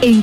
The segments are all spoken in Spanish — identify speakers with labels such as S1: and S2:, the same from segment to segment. S1: En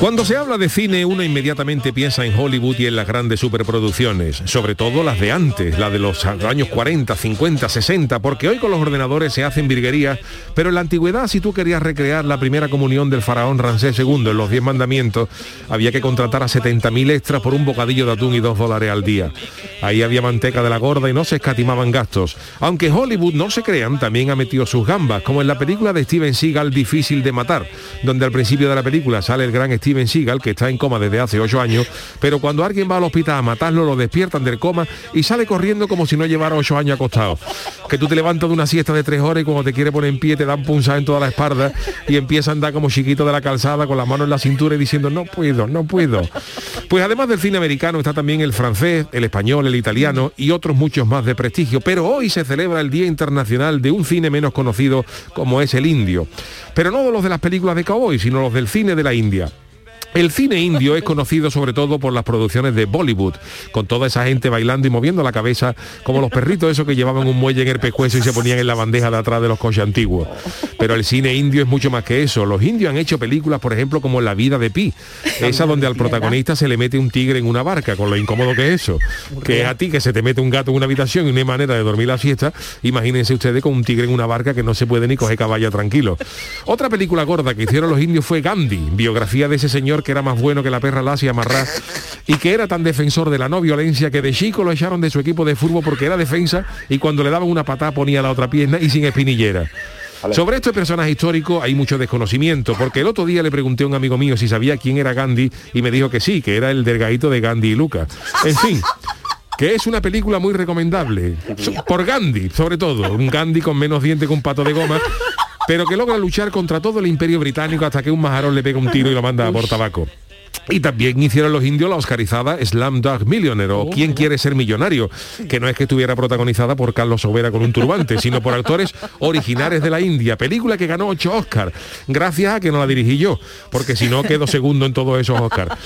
S2: Cuando se habla de cine, uno inmediatamente piensa en Hollywood y en las grandes superproducciones, sobre todo las de antes, las de los años 40, 50, 60, porque hoy con los ordenadores se hacen virguerías, pero en la antigüedad si tú querías recrear la primera comunión del faraón Ramsés II en los 10 mandamientos, había que contratar a 70.000 extras por un bocadillo de atún y 2 dólares al día. Ahí había manteca de la gorda y no se escatimaban gastos. Aunque Hollywood, no se crean, también ha metido sus gambas, como en la película de Steven Seagal, Difícil de Matar, donde al principio de la película sale el gran Steven Seagal, que está en coma desde hace ocho años, pero cuando alguien va al hospital a matarlo, lo despiertan del coma y sale corriendo como si no llevara ocho años acostado. Que tú te levantas de una siesta de tres horas y cuando te quiere poner en pie te dan punzas en toda la espalda y empieza a andar como chiquito de la calzada con las manos en la cintura y diciendo no puedo, no puedo. Pues además del cine americano está también el francés, el español, el italiano y otros muchos más de prestigio, pero hoy se celebra el Día Internacional de un cine menos conocido como es el indio. Pero no los de las películas de cowboy, sino los del cine de la India. El cine indio es conocido sobre todo por las producciones de Bollywood, con toda esa gente bailando y moviendo la cabeza, como los perritos esos que llevaban un muelle en el pescuezo y se ponían en la bandeja de atrás de los coches antiguos. Pero el cine indio es mucho más que eso. Los indios han hecho películas, por ejemplo, como La vida de Pi, esa donde al protagonista se le mete un tigre en una barca, con lo incómodo que es eso. Que es a ti que se te mete un gato en una habitación y no hay manera de dormir la siesta, imagínense ustedes con un tigre en una barca que no se puede ni coger caballo tranquilo. Otra película gorda que hicieron los indios fue Gandhi, biografía de ese señor que era más bueno que la perra lacia amarrar y que era tan defensor de la no violencia que de chico lo echaron de su equipo de fútbol porque era defensa y cuando le daban una patada ponía la otra pierna y sin espinillera. Sobre este personaje histórico hay mucho desconocimiento, porque el otro día le pregunté a un amigo mío si sabía quién era Gandhi y me dijo que sí, que era el delgadito de Gandhi y Lucas. En fin, que es una película muy recomendable, por Gandhi, sobre todo, un Gandhi con menos diente que un pato de goma, pero que logra luchar contra todo el imperio británico hasta que un majarón le pega un tiro y lo manda por tabaco. Y también hicieron los indios la oscarizada Slam Dog Millionaire o ¿Quién quiere ser millonario? Que no es que estuviera protagonizada por Carlos Sobera con un turbante, sino por actores originales de la India. Película que ganó 8 Oscar, gracias a que no la dirigí yo, porque si no quedo segundo en todos esos Oscar.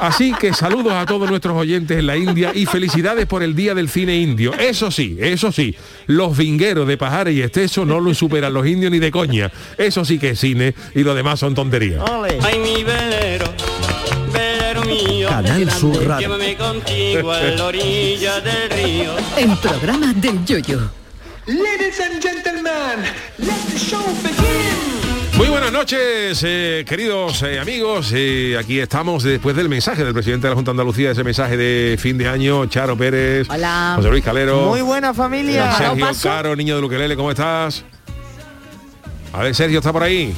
S2: Así que saludos a todos nuestros oyentes en la India y felicidades por el Día del Cine Indio. Eso sí, eso sí, los vingueros de Pajares y Esteso no lo superan los indios ni de coña. Eso sí que es cine y lo demás son tonterías.
S3: Ay, mi velero, velero mío,
S4: Canal Sur Radio.
S3: llévame contigo a la orilla del río.
S1: El programa del yoyo.
S5: Ladies and gentlemen, let the show begin.
S2: Muy buenas noches, eh, queridos eh, amigos. Eh, aquí estamos después del mensaje del presidente de la Junta de Andalucía, ese mensaje de fin de año, Charo Pérez,
S6: Hola.
S2: José Luis Calero,
S7: Muy buena familia.
S2: Sergio Caro, niño de Luquelele, ¿cómo estás? A ver, Sergio, ¿está por ahí?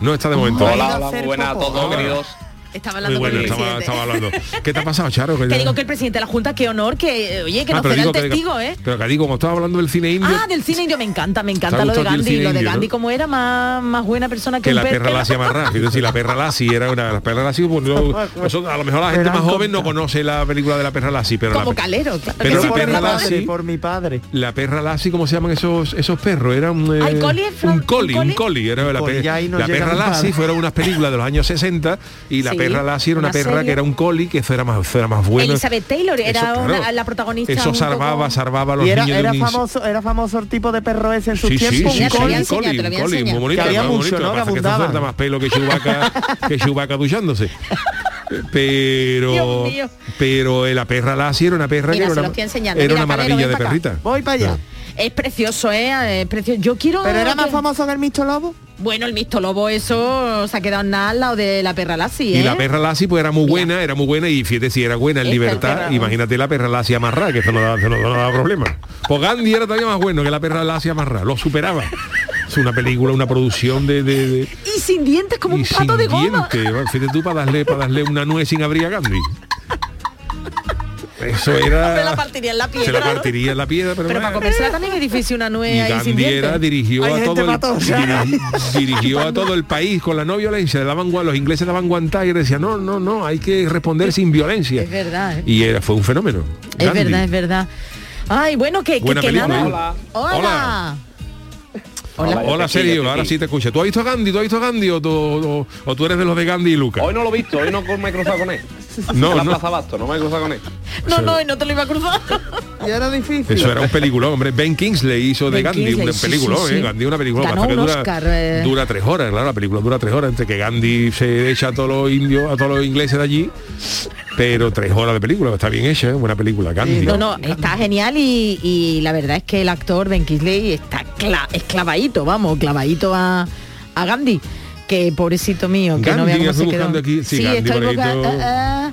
S2: No está de momento.
S7: Hola, hola, muy buena a todos,
S2: Hola.
S7: queridos.
S6: Estaba
S2: Muy
S6: hablando
S2: bueno,
S6: con el
S2: estaba,
S6: presidente.
S2: estaba hablando. ¿Qué te ha pasado, Charo?
S6: Que digo que el presidente de la Junta, qué honor, que eh, oye, que
S2: Ah,
S6: nos
S2: pero
S6: será el
S2: digo que-
S6: testigo, ¿eh?
S2: Pero que digo, como estaba hablando del cine indio,
S6: Ah, del cine indio me encanta, me
S2: ¿Te
S6: encanta
S2: ha
S6: lo de
S2: gustado a ti el
S6: Gandhi.
S2: cine
S6: Lo de
S2: indio,
S6: Gandhi
S2: no?
S6: como era más, más buena persona que,
S2: que
S6: un
S2: la
S6: pez,
S2: perra
S6: que-
S2: lacia amarrar. Quiero decir, la perra lacia era una... La perra lacia, pues, no- nosotros- a lo mejor la gente
S7: Pero
S2: más
S7: han
S2: joven no conoce la película de la perra lacia, pero
S6: como
S2: la,
S6: calero. claro
S2: Pero
S6: que
S2: la
S6: sí,
S7: por
S2: perra
S7: mi
S6: favor.
S2: lacia-
S7: padre, por mi padre.
S2: La perra Lassie, ¿cómo se llaman esos esos perros? Era un eh,
S6: Ay, ¿coli?
S2: un
S6: ¿Fran-
S2: coli,
S6: un coli?
S2: un coli, era la,
S7: coli,
S2: pe-
S7: ya ahí no
S2: la
S7: llega
S2: perra
S7: mi padre.
S2: Lassie fueron unas películas de los años 60 y la
S6: Sí,
S2: perra Lassie era una,
S6: una
S2: perra
S6: serie.
S2: que era un coli que eso era más eso era más bueno.
S6: Elizabeth Taylor era una- la protagonista
S2: Eso
S6: un
S2: salvaba,
S6: poco-
S2: salvaba a los
S7: Y era,
S2: niños de
S7: era
S2: un ins-
S7: famoso, era famoso el tipo de perro ese en sus
S2: Sí, sí,
S7: tiempos.
S2: sí,
S7: un
S6: Mira, te lo
S2: coli,
S6: voy a
S2: un
S7: coli.
S6: enseñar,
S2: coli,
S6: te lo voy a
S2: un coli,
S6: enseñar.
S2: muy bonito,
S7: Que había
S2: muy
S7: mucho,
S2: bonito,
S7: ¿no?
S2: pasa
S7: Que
S2: que esta
S7: abundaban.
S2: suelta más pelo que Chewbacca, que Chewbacca duchándose. Pero
S6: Dios mío.
S2: pero eh, la perra Lassie era una perra
S6: Mira, se
S2: que era
S6: lo
S2: una,
S6: estoy enseñando.
S2: era
S6: Mira,
S2: una
S6: Calero,
S2: maravilla
S6: ven
S2: de
S6: para acá.
S2: perrita.
S7: Voy para allá.
S6: Es precioso, ¿eh? Es precioso. Yo quiero...
S7: Pero era más
S6: que-
S7: famoso que el Misto Lobo.
S6: Bueno, el Misto Lobo, eso se ha quedado nada al lado de la perra Lassi, ¿eh?
S2: Y la perra Lassi pues era muy buena, era muy buena y fíjate si era buena en
S6: Esta
S2: libertad,
S6: perra-
S2: imagínate la perra Lassi amarrada, que eso no daba, eso no- no daba problema. Pues Gandhi era todavía más bueno que la perra Lassi amarrada, lo superaba. Es una película, una producción de... de, de-
S6: Y sin dientes, como
S2: y
S6: un pato de goma.
S2: dientes. Fíjate tú para darle, para darle una nuez sin abrir a Gandhi. Eso era...
S6: Me la partiría en la
S2: Se
S6: piedra,
S2: la
S6: ¿no?
S2: partiría en la piedra, pero,
S6: Pero
S2: bueno.
S6: para comérsela también es difícil una
S2: Y
S6: nuez ahí sin
S2: Gandhi era,
S6: dientes.
S2: dirigió
S7: Hay
S2: a
S7: gente
S2: todo el,
S7: matosa.
S2: diri- dirigió a todo el país con la no violencia, le daban gua- los ingleses daban guantá y decían, no, no, no, hay que responder sin violencia.
S6: Es verdad, ¿eh?
S2: Y era, fue un fenómeno.
S6: Es
S2: Gandhi.
S6: verdad, es verdad. Ay, bueno, que, que-
S2: Buena
S6: que
S2: película,
S6: nada.
S2: ¿eh?
S6: Hola.
S2: Hola.
S6: Hola.
S2: Hola Sergio, ahora sí te escucho. ¿Tú has visto a Gandhi? ¿Tú has visto a Gandhi? ¿O tú, o- o tú eres de los de Gandhi y Lucas?
S4: Hoy no lo he visto, hoy no me he cruzado con él.
S2: No,
S4: En la
S2: no.
S4: Plaza Basto, no me he cruzado con él.
S6: No, no, y no te lo iba a cruzar.
S7: Y era difícil.
S2: Eso era un película, hombre. Ben Kingsley hizo de
S6: Ben
S2: Gandhi
S6: Kingsley,
S2: un
S6: sí,
S2: película,
S6: sí, sí.
S2: ¿eh? Gandhi una película.
S6: Ganó
S2: pasa que
S6: un
S2: dura,
S6: Oscar, eh.
S2: dura tres horas, claro, la película dura tres horas, entre que Gandhi se echa a todos los indios, a todos los ingleses de allí, pero tres horas de película, está bien hecha, ¿eh? buena película, Gandhi.
S6: No, no, está genial y, y la verdad es que el actor Ben Kingsley está cla- es clavadito, vamos, clavadito a, a Gandhi. Que pobrecito mío, que no
S2: Gandhi,
S6: vea cómo
S2: estoy
S6: se quedó.
S2: buscando aquí. Sí, Gandhi,
S6: estoy
S2: por ahí
S6: boca-
S2: todo.
S6: ah, ah.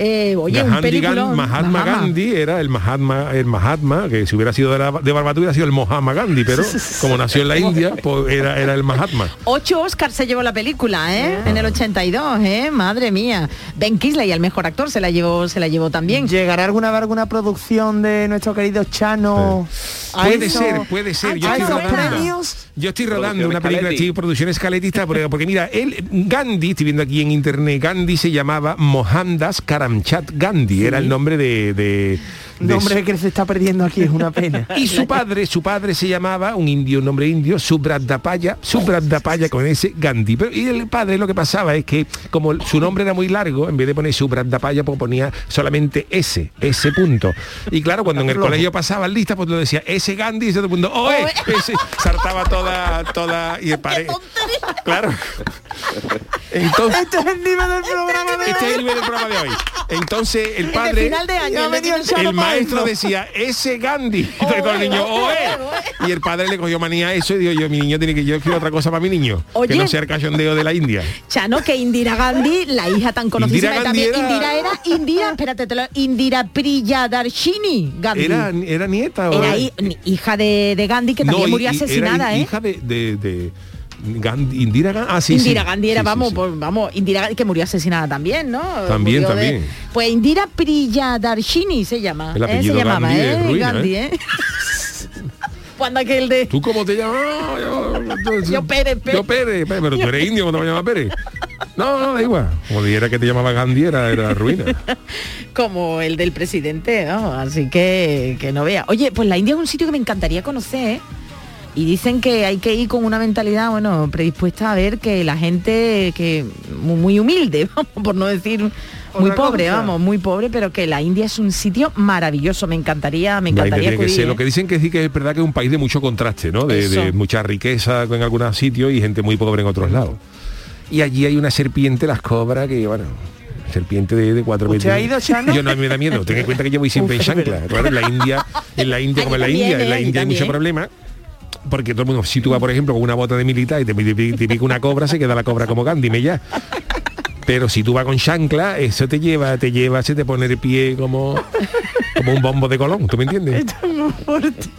S6: Eh, oye, un
S2: Gandhi, Gan-
S6: película.
S2: Mahatma Gandhi era el Mahatma, el Mahatma, que si hubiera sido de, la, de Barbatu hubiera sido el Mohammed Gandhi, pero como nació en la India, pues era, era el Mahatma.
S6: Ocho Oscars se llevó la película, ¿eh? En el 82, ¿eh? Madre mía. Ben Kingsley, el mejor actor, se la llevó, se la llevó también.
S7: ¿Llegará alguna vez alguna producción de nuestro querido Chano? a
S2: Puede
S7: eso-
S2: ser, puede ser. Yo
S7: a
S2: estoy,
S7: esos
S2: rodando,
S7: premios?
S2: yo estoy rodando
S4: Producciones
S2: una película,
S4: Caletti.
S2: sí, producción escaletista, porque, porque mira, él, Gandhi, estoy viendo aquí en internet, Gandhi se llamaba Mohandas Karamchat Gandhi, era el nombre de... de- de
S7: Nombre que se está perdiendo aquí, es una pena.
S2: su- y su padre, su padre se llamaba, un indio, un nombre indio, Subradapaya, Subradapaya con ese Gandhi. Pero, y el padre lo que pasaba es que como el- su nombre era muy largo, en vez de poner Subradapaya, pues ponía solamente ese, ese punto. Y claro, cuando en el colegio pasaban listas, pues lo decía ese Gandhi y ese otro punto, ¡oe! Ese, saltaba toda, toda y el
S6: ¡Qué
S2: pare...
S6: tontería!
S2: Claro. Entonces,
S7: este es el nivel del programa de
S2: este es el
S7: hoy.
S2: nivel del programa de hoy. Entonces el
S6: En el
S2: padre
S6: final de año.
S7: Ya
S6: en el
S7: venía el
S6: final-
S7: Chano
S2: el maestro
S7: Maestro.
S2: decía ese Gandhi y todo el niño
S6: oe,
S2: "Oe". y el padre le cogió manía a eso y dijo yo mi niño tiene que yo quiero otra cosa para mi niño
S6: Oye.
S2: que no sea el cachondeo de la India
S6: Chano, que Indira Gandhi, la hija tan conocida
S2: Indira
S6: también.
S2: Gandhi
S6: Indira era Indira, espérate, te lo, Indira Priyadarshini Gandhi.
S2: era era nieta o
S6: Era hi- ni- hija de, de Gandhi que
S2: No,
S6: también
S2: y-
S6: murió
S2: y- era
S6: asesinada, ¿eh?
S2: hija de, de- de Gandhi- Indira Gandhi ah, sí, sí.
S6: Indira Gandhi era,
S2: Sí, sí,
S6: vamos,
S2: sí.
S6: por- vamos, Indira Gandhi que murió asesinada también, ¿no?
S2: También,
S6: Murió de-
S2: también.
S6: pues Indira Priyadarshini se llama.
S2: El
S6: ¿eh? Se
S2: apellido
S6: llamaba,
S2: Gandhi
S6: ¿eh?
S2: es ruina,
S6: Gandhi, ¿eh? Cuando aquel de...
S2: ¿Tú cómo te llamas? No, Yo,
S6: Yo Pérez, Pérez.
S2: Yo Pérez, Pérez, pero tú eres indio, ¿cómo te vas a llamar Pérez? No, no, da igual. Como dijera que te llamaba Gandhi, era, era ruina.
S6: como el del presidente, ¿no? así que que no vea. Oye, pues la India es un sitio que me encantaría conocer ¿eh? y dicen que hay que ir con una mentalidad, bueno, predispuesta a ver que la gente que muy, muy humilde, vamos, por no decir muy
S7: Otra
S6: pobre,
S7: cosa.
S6: vamos, muy pobre, pero que la India es un sitio maravilloso, me encantaría, me
S2: La India
S6: encantaría
S2: tiene que
S6: acudir,
S2: ser.
S6: ¿eh?
S2: Lo que dicen que sí que es verdad que es un país de mucho contraste, ¿no? De, de
S6: Eso.
S2: mucha riqueza en algunos sitios y gente muy pobre en otros lados. Y allí hay una serpiente, las cobras, que bueno. Serpiente de, de cuatro
S7: ¿Usted ha ido, Chano?
S2: Yo no me da miedo. Ten en cuenta que yo voy siempre en chancla. Claro, en la India, en la India, como en la
S6: Allí
S2: India,
S6: también,
S2: en la
S6: ¿eh?
S2: India hay
S6: Allí
S2: mucho
S6: también.
S2: problema. Porque todo el mundo, si tú vas, por ejemplo, con una bota de militar y te, pi- te pica una cobra, se queda la cobra como Gandhi, me ya. Pero si tú vas con chancla, eso te lleva, te lleva, se te pone el pie como, como un bombo de colón, ¿tú me entiendes?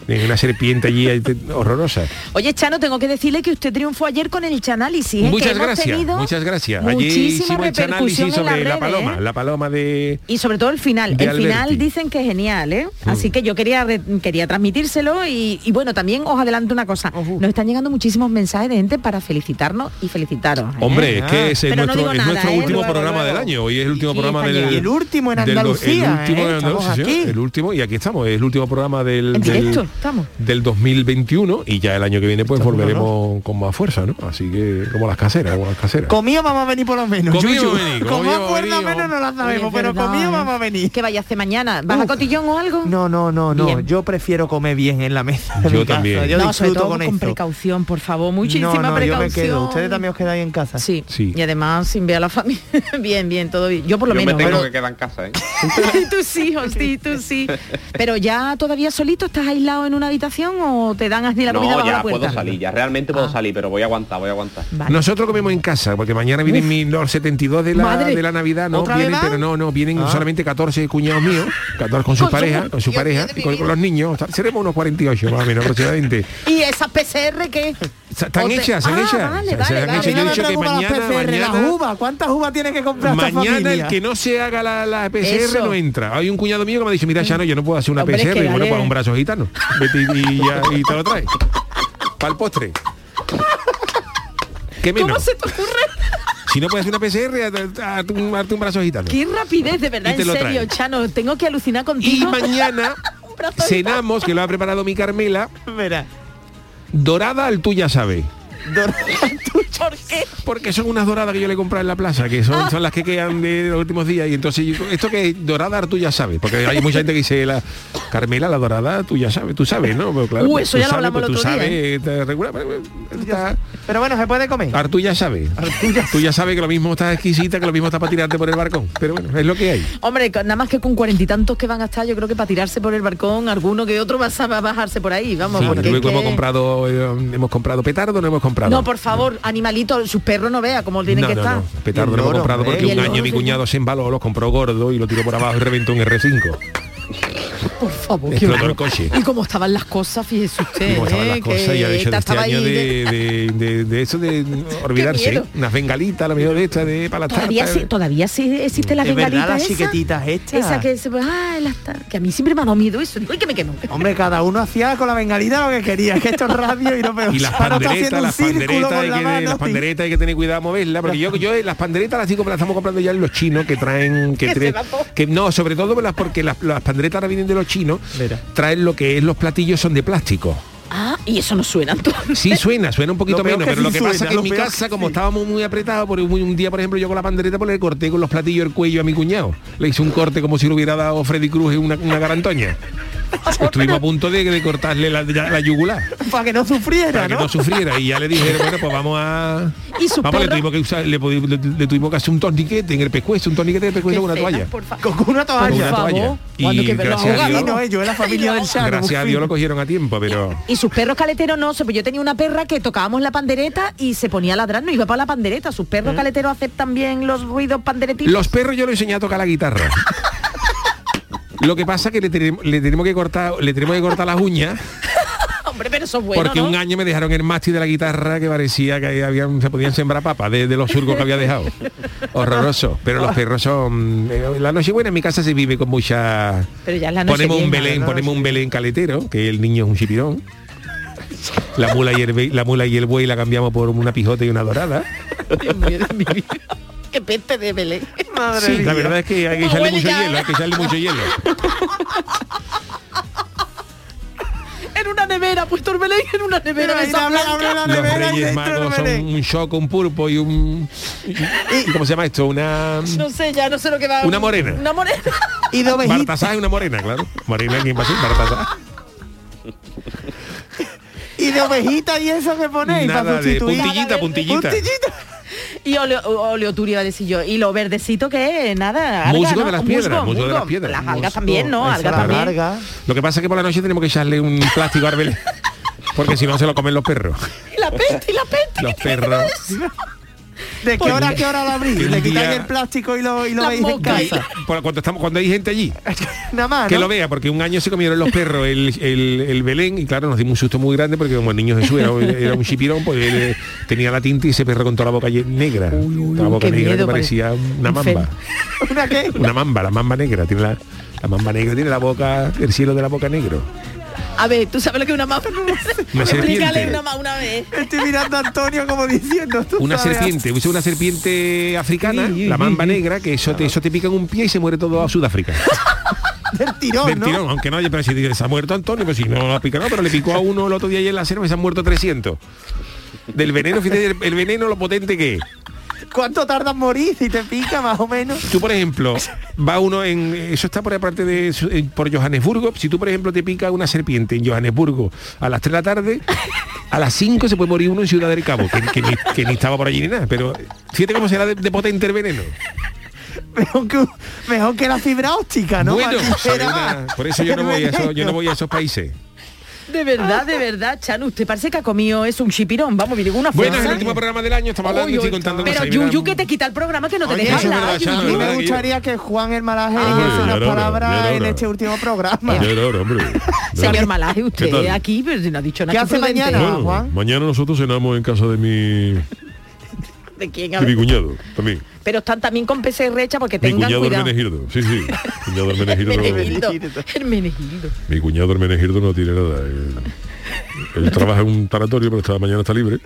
S2: Tiene una serpiente allí ahí te- horrorosa.
S6: Oye, Chano, tengo que decirle que usted triunfó ayer con el Chanálisis, ¿eh? que
S2: muchas
S6: hemos
S2: gracias,
S6: tenido
S2: muchas gracias. Allí
S6: Muchísima
S2: hicimos el
S6: repercusión
S2: análisis
S6: en
S2: sobre
S6: las
S2: la
S6: redes,
S2: paloma,
S6: ¿eh?
S2: la paloma de...
S6: Y sobre todo el final.
S2: De
S6: el final
S2: Alberti.
S6: dicen que es genial, ¿eh?
S4: Mm.
S6: Así que yo quería re- quería transmitírselo y, y bueno, también os adelanto una cosa. Nos están llegando muchísimos mensajes de gente para felicitarnos y felicitaros. ¿eh?
S2: Hombre, es
S7: Ah,
S2: que ese es
S6: Pero no
S2: nuestro,
S6: digo
S2: es
S6: nada,
S2: nuestro
S6: ¿eh?
S2: último
S6: Luego,
S2: programa
S6: luego.
S2: del año. Hoy es el último
S6: Sí,
S2: programa
S6: están
S2: del...
S6: llegando.
S7: Y el último en
S2: del-
S7: Andalucía,
S2: el último
S7: ¿eh?
S2: en
S7: Estamos
S2: Andalucía,
S7: aquí.
S2: el último, y aquí estamos, es el último programa del,
S6: En
S2: del-
S6: directo, estamos.
S2: del 2021 y ya el año que viene pues
S7: Estamos,
S2: volveremos con más fuerza, ¿no? Así que como las caseras, como las caseras.
S7: Comido vamos a venir por lo menos.
S2: Comido
S7: Yuyu.
S2: vamos a venir,
S7: Con
S2: comido
S7: más
S2: vamos a
S7: fuerza o
S2: venir,
S7: menos no la
S6: Oye,
S7: sabemos, pero
S6: verdad,
S7: comido
S6: ¿eh?
S7: vamos a venir.
S6: ¿Qué vaya a hacer mañana? ¿Vas a
S7: Uf.
S6: cotillón o algo?
S7: No, no, no, no.
S6: Bien.
S7: Yo prefiero comer bien en la mesa. de
S2: Yo
S7: mi casa.
S2: también.
S7: Yo
S6: No, sobre
S7: disfruto
S6: todo
S7: con,
S6: con,
S7: esto.
S6: precaución, por favor. Muchísima
S7: no, no,
S6: precaución.
S7: Yo me quedo. Ustedes también os quedáis en casa.
S6: Sí.
S2: Sí.
S6: y además sin ver a la familia. bien, bien, todo bien. Yo por lo
S4: Yo me
S6: menos.
S4: tengo
S6: pero-
S4: que quedar en casa, ¿eh?
S6: Sí, tú sí, sí, tú sí. Pero ya todavía solito estás aislado en una habitación o te dan así la comida
S4: No,
S6: bajo
S4: ya
S6: la puerta.
S4: puedo salir, ya realmente puedo
S6: Ah.
S4: salir, pero voy a aguantar, voy a aguantar.
S6: Vale.
S2: Nosotros comemos en casa, porque mañana vienen mis los 72 de la,
S6: Madre.
S2: de la Navidad, no
S7: ¿Otra vez
S2: vienen,
S7: van?
S2: pero no, no, vienen
S7: Ah.
S2: solamente 14 cuñados míos, 14 con
S6: Con
S2: sus
S6: su-
S2: parejas, con su
S6: Dios mío
S2: pareja,
S6: de
S2: y
S6: mi
S2: con,
S6: vida.
S2: con los niños, o sea, seremos unos 48 más o menos aproximadamente.
S6: Y esas PCR que
S2: Están
S6: O te-
S2: hechas, están
S6: Ah,
S2: hechas.
S6: vale,
S2: Se- se
S6: vale,
S2: han
S6: vale. A mí
S2: hecho.
S6: no
S2: Yo he
S6: me
S2: dicho que
S7: preocupan las
S2: mañana,
S7: PCR, las
S2: mañana,
S7: uvas. ¿Cuántas uvas tiene que comprar esta
S2: mañana
S7: familia?
S2: el que no se haga la, la PCR
S6: Eso.
S2: no entra. Hay un cuñado mío que me ha dicho, mira, Chano, yo no puedo hacer una
S6: Hombre, es
S2: PCR.
S6: que
S2: Y bueno,
S6: dale.
S2: pues un brazo gitano. Vete y, y ya- y te lo traes. Para el postre. ¿Qué menos?
S6: ¿Cómo se te ocurre?
S2: Si no puedes hacer una PCR, a- a- hazte un hazte un brazo gitano.
S6: Qué rapidez, de verdad,
S2: Y te
S6: en
S2: lo
S6: serio,
S2: traen.
S6: Chano. Tengo que alucinar
S2: Y
S6: contigo.
S2: mañana
S6: Un brazo de-
S2: cenamos, que lo ha preparado mi Carmela,
S7: Verá.
S2: dorada al tú ya sabes.
S6: ¿Por qué?
S2: Porque son unas doradas que yo le he comprado en la plaza, que son, son las que quedan de los últimos días. Y entonces, yo- esto que es dorada, tú ya sabes. Porque hay mucha gente que dice, la Carmela, la dorada, tú ya sabes, tú sabes, ¿no? Pero claro,
S6: Uh,
S2: pues
S6: eso
S2: tú
S6: ya lo
S2: sabes,
S6: hablamos
S2: pues
S6: el
S2: tú
S6: otro día, ¿eh?
S2: sabes, está regular, pero, pero, está-
S7: Pero bueno, se puede comer.
S2: Artú ya sabe. Tú ya sabes que lo mismo está exquisita, que lo mismo está para tirarte por el barcón. Pero bueno, es lo que hay.
S6: Hombre, con- nada más que con cuarenta y tantos que van a estar, yo creo que para tirarse por el barcón, alguno que otro va a sa- va a bajarse por ahí, vamos.
S2: Sí,
S6: porque es
S2: luego hemos
S6: que-
S2: comprado eh, hemos comprado petardo, no hemos comprado.
S6: No, por favor, animalito, sus perros no vea cómo tienen
S2: No,
S6: que
S2: no,
S6: estar.
S2: no. Petardo
S7: Y el
S2: lo hemos
S7: loro,
S2: comprado
S7: hombre.
S2: porque
S6: Y
S2: un
S6: el
S2: año
S6: loro,
S2: mi
S6: sí.
S2: cuñado se embaló, lo compró gordo y lo tiró por abajo y reventó un R5.
S6: Por favor, qué
S2: Explotó el
S6: horror.
S2: coche.
S6: Y cómo estaban las cosas, fíjese usted.
S2: Como estaban las
S6: eh,
S2: cosas, ya
S6: que
S2: de hecho, de
S6: esta
S2: este
S6: estaba
S2: año
S6: ahí
S2: de,
S6: de-
S2: de- de- de eso de olvidarse.
S6: miedo.
S2: Unas bengalitas, la mejor de estas, de eh. para las
S6: Todavía,
S2: tartas.
S6: sí, todavía sí existen las
S7: Es verdad,
S6: bengalitas
S7: las
S6: esas?
S7: chiquititas estas.
S6: Esa que se ah, las tar- que a mí siempre me ha dado miedo eso. Digo, ay, que me quemo.
S7: Hombre, cada uno hacía con la bengalita lo que quería. Es que esto es radio y no me
S2: Y las
S7: Ahora está haciendo
S2: panderetas,
S7: un
S2: las
S7: círculo
S2: panderetas,
S7: con
S2: hay
S7: la
S2: que,
S7: mano,
S2: las
S7: sí.
S2: panderetas hay que tener cuidado a moverlas, porque yo, yo eh, las panderetas las digo, las estamos comprando ya en los chinos que traen, que,
S6: Que se
S2: traen-
S6: va todo.
S2: que no, sobre todo por las- porque las, las panderetas ahora vienen de los chinos,
S7: Verá.
S2: traen lo que es los platillos son de plástico.
S6: Ah, y eso no suena entonces.
S2: Sí suena, suena un poquito
S7: Lo peor
S2: menos,
S7: que
S2: pero lo
S7: sí
S2: que pasa
S7: suena,
S2: que en
S7: lo
S2: mi
S7: peor
S2: casa,
S7: que
S2: como
S7: sí.
S2: estábamos muy apretados, por un, un día, por ejemplo, yo con la pandereta pues, le corté con los platillos el cuello a mi cuñado. Le hice un corte como si le hubiera dado Freddy Cruz en una, una garantoña. Estuvimos a punto de, de cortarle la, ya- la yugular
S7: Para que no sufriera,
S2: para que
S7: ¿no?
S2: no sufriera. Y ya le dijeron, bueno, pues vamos a.
S6: ¿Y su
S2: vamos, le
S6: perro?
S2: tuvimos que usar, le, pudi- le- le tuvimos que hacer un torniquete en el pescuezo, un torniquete de
S6: Qué
S2: pescuezo con una
S6: pena,
S2: toalla.
S6: por fa-
S7: Con una
S2: Con
S7: toalla.
S2: una
S6: favor.
S2: toalla.
S6: Cuando que
S2: Y
S6: me lo
S2: gracias a
S6: ahogaron.
S2: Dios-
S7: no, ellos, la familia del Chano.
S2: gracias a Dios lo cogieron a tiempo, pero.
S6: Y sus perros caleteros no, se- pues yo tenía una perra que tocábamos la pandereta y se ponía a ladrar, no iba para la pandereta. Sus perros caleteros aceptan bien los ruidos panderetitos.
S2: Mm. Los perros yo les enseñé a tocar la guitarra. Lo que pasa que le, tenem- le tenemos que cortar, le tenemos que cortar las uñas
S6: Hombre, pero eso es bueno,
S2: porque
S6: ¿no?
S2: un año me dejaron el mástil de la guitarra que parecía que habían, se podían sembrar papas de, de los surcos que había dejado. Horroroso. Pero los perros son. eh, La noche buena en mi casa se vive con mucha.
S6: Pero ya es la noche
S2: Ponemos un
S6: vieja,
S2: belén,
S7: la
S2: ponemos
S7: noche
S2: un belén caletero, que el niño es un chipirón. La mula y el, be- la mula y el buey la cambiamos por una pijota y una dorada.
S6: Dios mío de mi vida. Qué peste de Belén.
S7: Madre
S2: Sí,
S7: mía.
S2: la verdad es que hay que echarle
S6: Abuelo
S2: mucho
S6: ya. ¿eh?
S2: hielo, hay que echarle mucho hielo.
S6: En una nevera, puesto el Belén en una nevera
S7: Mira,
S6: de esa
S7: mira, abre
S6: blanca.
S7: la
S2: Los
S7: nevera y
S2: Reyes
S7: dentro el
S2: Magos son
S7: Belén.
S2: un shock, un pulpo y un... y- ¿Cómo se llama esto? Una...
S6: No sé, ya no sé lo que va.
S2: Una morena.
S6: Una morena.
S7: Y
S6: Pues
S7: de ovejita.
S2: Bartasá es una morena, claro. Morena, ¿quién va a ser? Bartasá.
S7: Y de ovejita y eso que ponéis para
S2: Nada de
S7: sustituir.
S2: puntillita, puntillita.
S7: Puntillita.
S6: Y oleo- oleoturia iba a decir yo. Y lo verdecito que es, nada. alga,
S2: Musgo
S6: ¿no?
S2: de las piedras, musgo de las piedras.
S6: Las
S2: Musgo,
S6: algas también, ¿no?
S7: esa
S6: Algas
S7: la
S6: también.
S7: larga.
S2: Lo que pasa es que por la noche tenemos que echarle un plástico al Belén, porque si no se lo comen los perros.
S6: Y la peste, y la peste.
S2: Los
S6: ¿qué tiene que
S2: perros.
S6: ver eso?
S7: ¿De qué
S2: Pues-
S7: hora a qué hora lo abrís?
S2: Que un
S7: Le quitáis
S2: día-
S7: el plástico y lo, y lo
S6: La
S7: veis en
S6: boca ahí.
S7: casa.
S2: Por- Cuando, estamos, cuando hay gente allí,
S7: Nada más,
S6: Ah,
S2: que
S7: ¿no?
S2: lo vea, porque un año se comieron los perros el, el- el Belén y claro, nos dimos un susto muy grande porque como el niño Jesús era, era un chipirón, pues él, eh, tenía la tinta y se perro con toda la boca lle- negra. la boca
S6: qué
S2: negra
S6: miedo,
S2: que parecía una
S6: enfermo.
S2: mamba.
S7: ¿Una qué?
S2: Una mamba, la mamba negra. Tiene la, la mamba negra tiene la boca, el cielo de la boca negro.
S6: A ver, ¿tú sabes lo que es una mapa?
S2: Una
S6: Explícale
S2: serpiente.
S6: una ma- una vez.
S7: Estoy mirando a Antonio como diciendo. ¿tú
S2: Una
S7: sabes?
S2: serpiente, hubiese una serpiente africana,
S7: Sí, sí,
S2: la
S7: sí,
S2: mamba
S7: sí.
S2: negra, que eso te, eso te pica en un pie y se muere todo a Sudáfrica.
S7: Del tirón,
S2: Del
S7: ¿no?
S2: tirón, aunque no haya, pero si dices, se ha muerto Antonio, pues si no lo ha picado, pero le picó a uno el otro día y en la cena, se han muerto 300. Del veneno, fíjate el, el veneno lo potente que es.
S7: ¿Cuánto tarda en morir si te pica más o menos?
S2: Tú, por ejemplo, va uno en. Eso está por la parte de. Su- eh, por Johannesburgo. Si tú, por ejemplo, te pica una serpiente en Johannesburgo a las 3 de la tarde, a las 5 se puede morir uno en Ciudad del Cabo, que, que ni, que ni estaba por allí ni nada. Pero fíjate cómo será de, de potente el veneno.
S7: Mejor que, mejor
S6: Ah,
S7: que la fibra óptica, ¿no?
S2: bueno,
S7: Para que "Ah,
S2: será
S7: era
S2: una-
S7: más.
S2: por eso yo no
S7: El
S2: voy a eso-
S7: veneno.
S2: yo no voy a esos países.
S6: De verdad, de verdad, Chano, usted parece que ha comido es un chipirón. Vamos, mire, una
S8: Bueno, este es el
S6: fuerza.
S8: último programa del año, estamos hablando y
S6: Uy,
S8: estoy
S6: uy,
S8: contando
S6: Pero
S8: cosas. Y me da-
S6: Yuyu, que te quita el programa, que no te
S7: Oye,
S6: deja
S7: eso es
S6: hablar.
S8: verdad, Chano,
S6: Yuyu.
S7: A mí
S8: verdad
S7: me
S8: que yo-
S7: gustaría que Juan el Malaje
S6: Ah.
S7: dijese
S8: Yo
S7: unas
S8: lloro, yo
S7: palabras
S8: lloro.
S7: en este último programa.
S8: Yo lloro, hombre.
S6: Señor Malaje,
S8: ¿Qué
S6: usted
S8: tal?
S6: aquí, pero si no ha dicho nada.
S7: ¿Qué hace
S6: imprudente.
S7: mañana?
S8: Bueno,
S7: Juan.
S8: mañana nosotros cenamos en casa de mi,
S6: ¿De quién
S8: de mi
S6: habla?
S8: cuñado, también.
S6: Pero están también con PC recha porque
S8: Mi
S6: tengan
S8: cuñado
S6: cuidado.
S8: Hermenegildo, sí, sí. Cuñado Hermenegildo no-
S6: Hermenegildo. Hermenegildo.
S8: mi cuñado Hermenegildo no tiene nada. Él, él trabaja en un tanatorio, pero esta mañana está libre.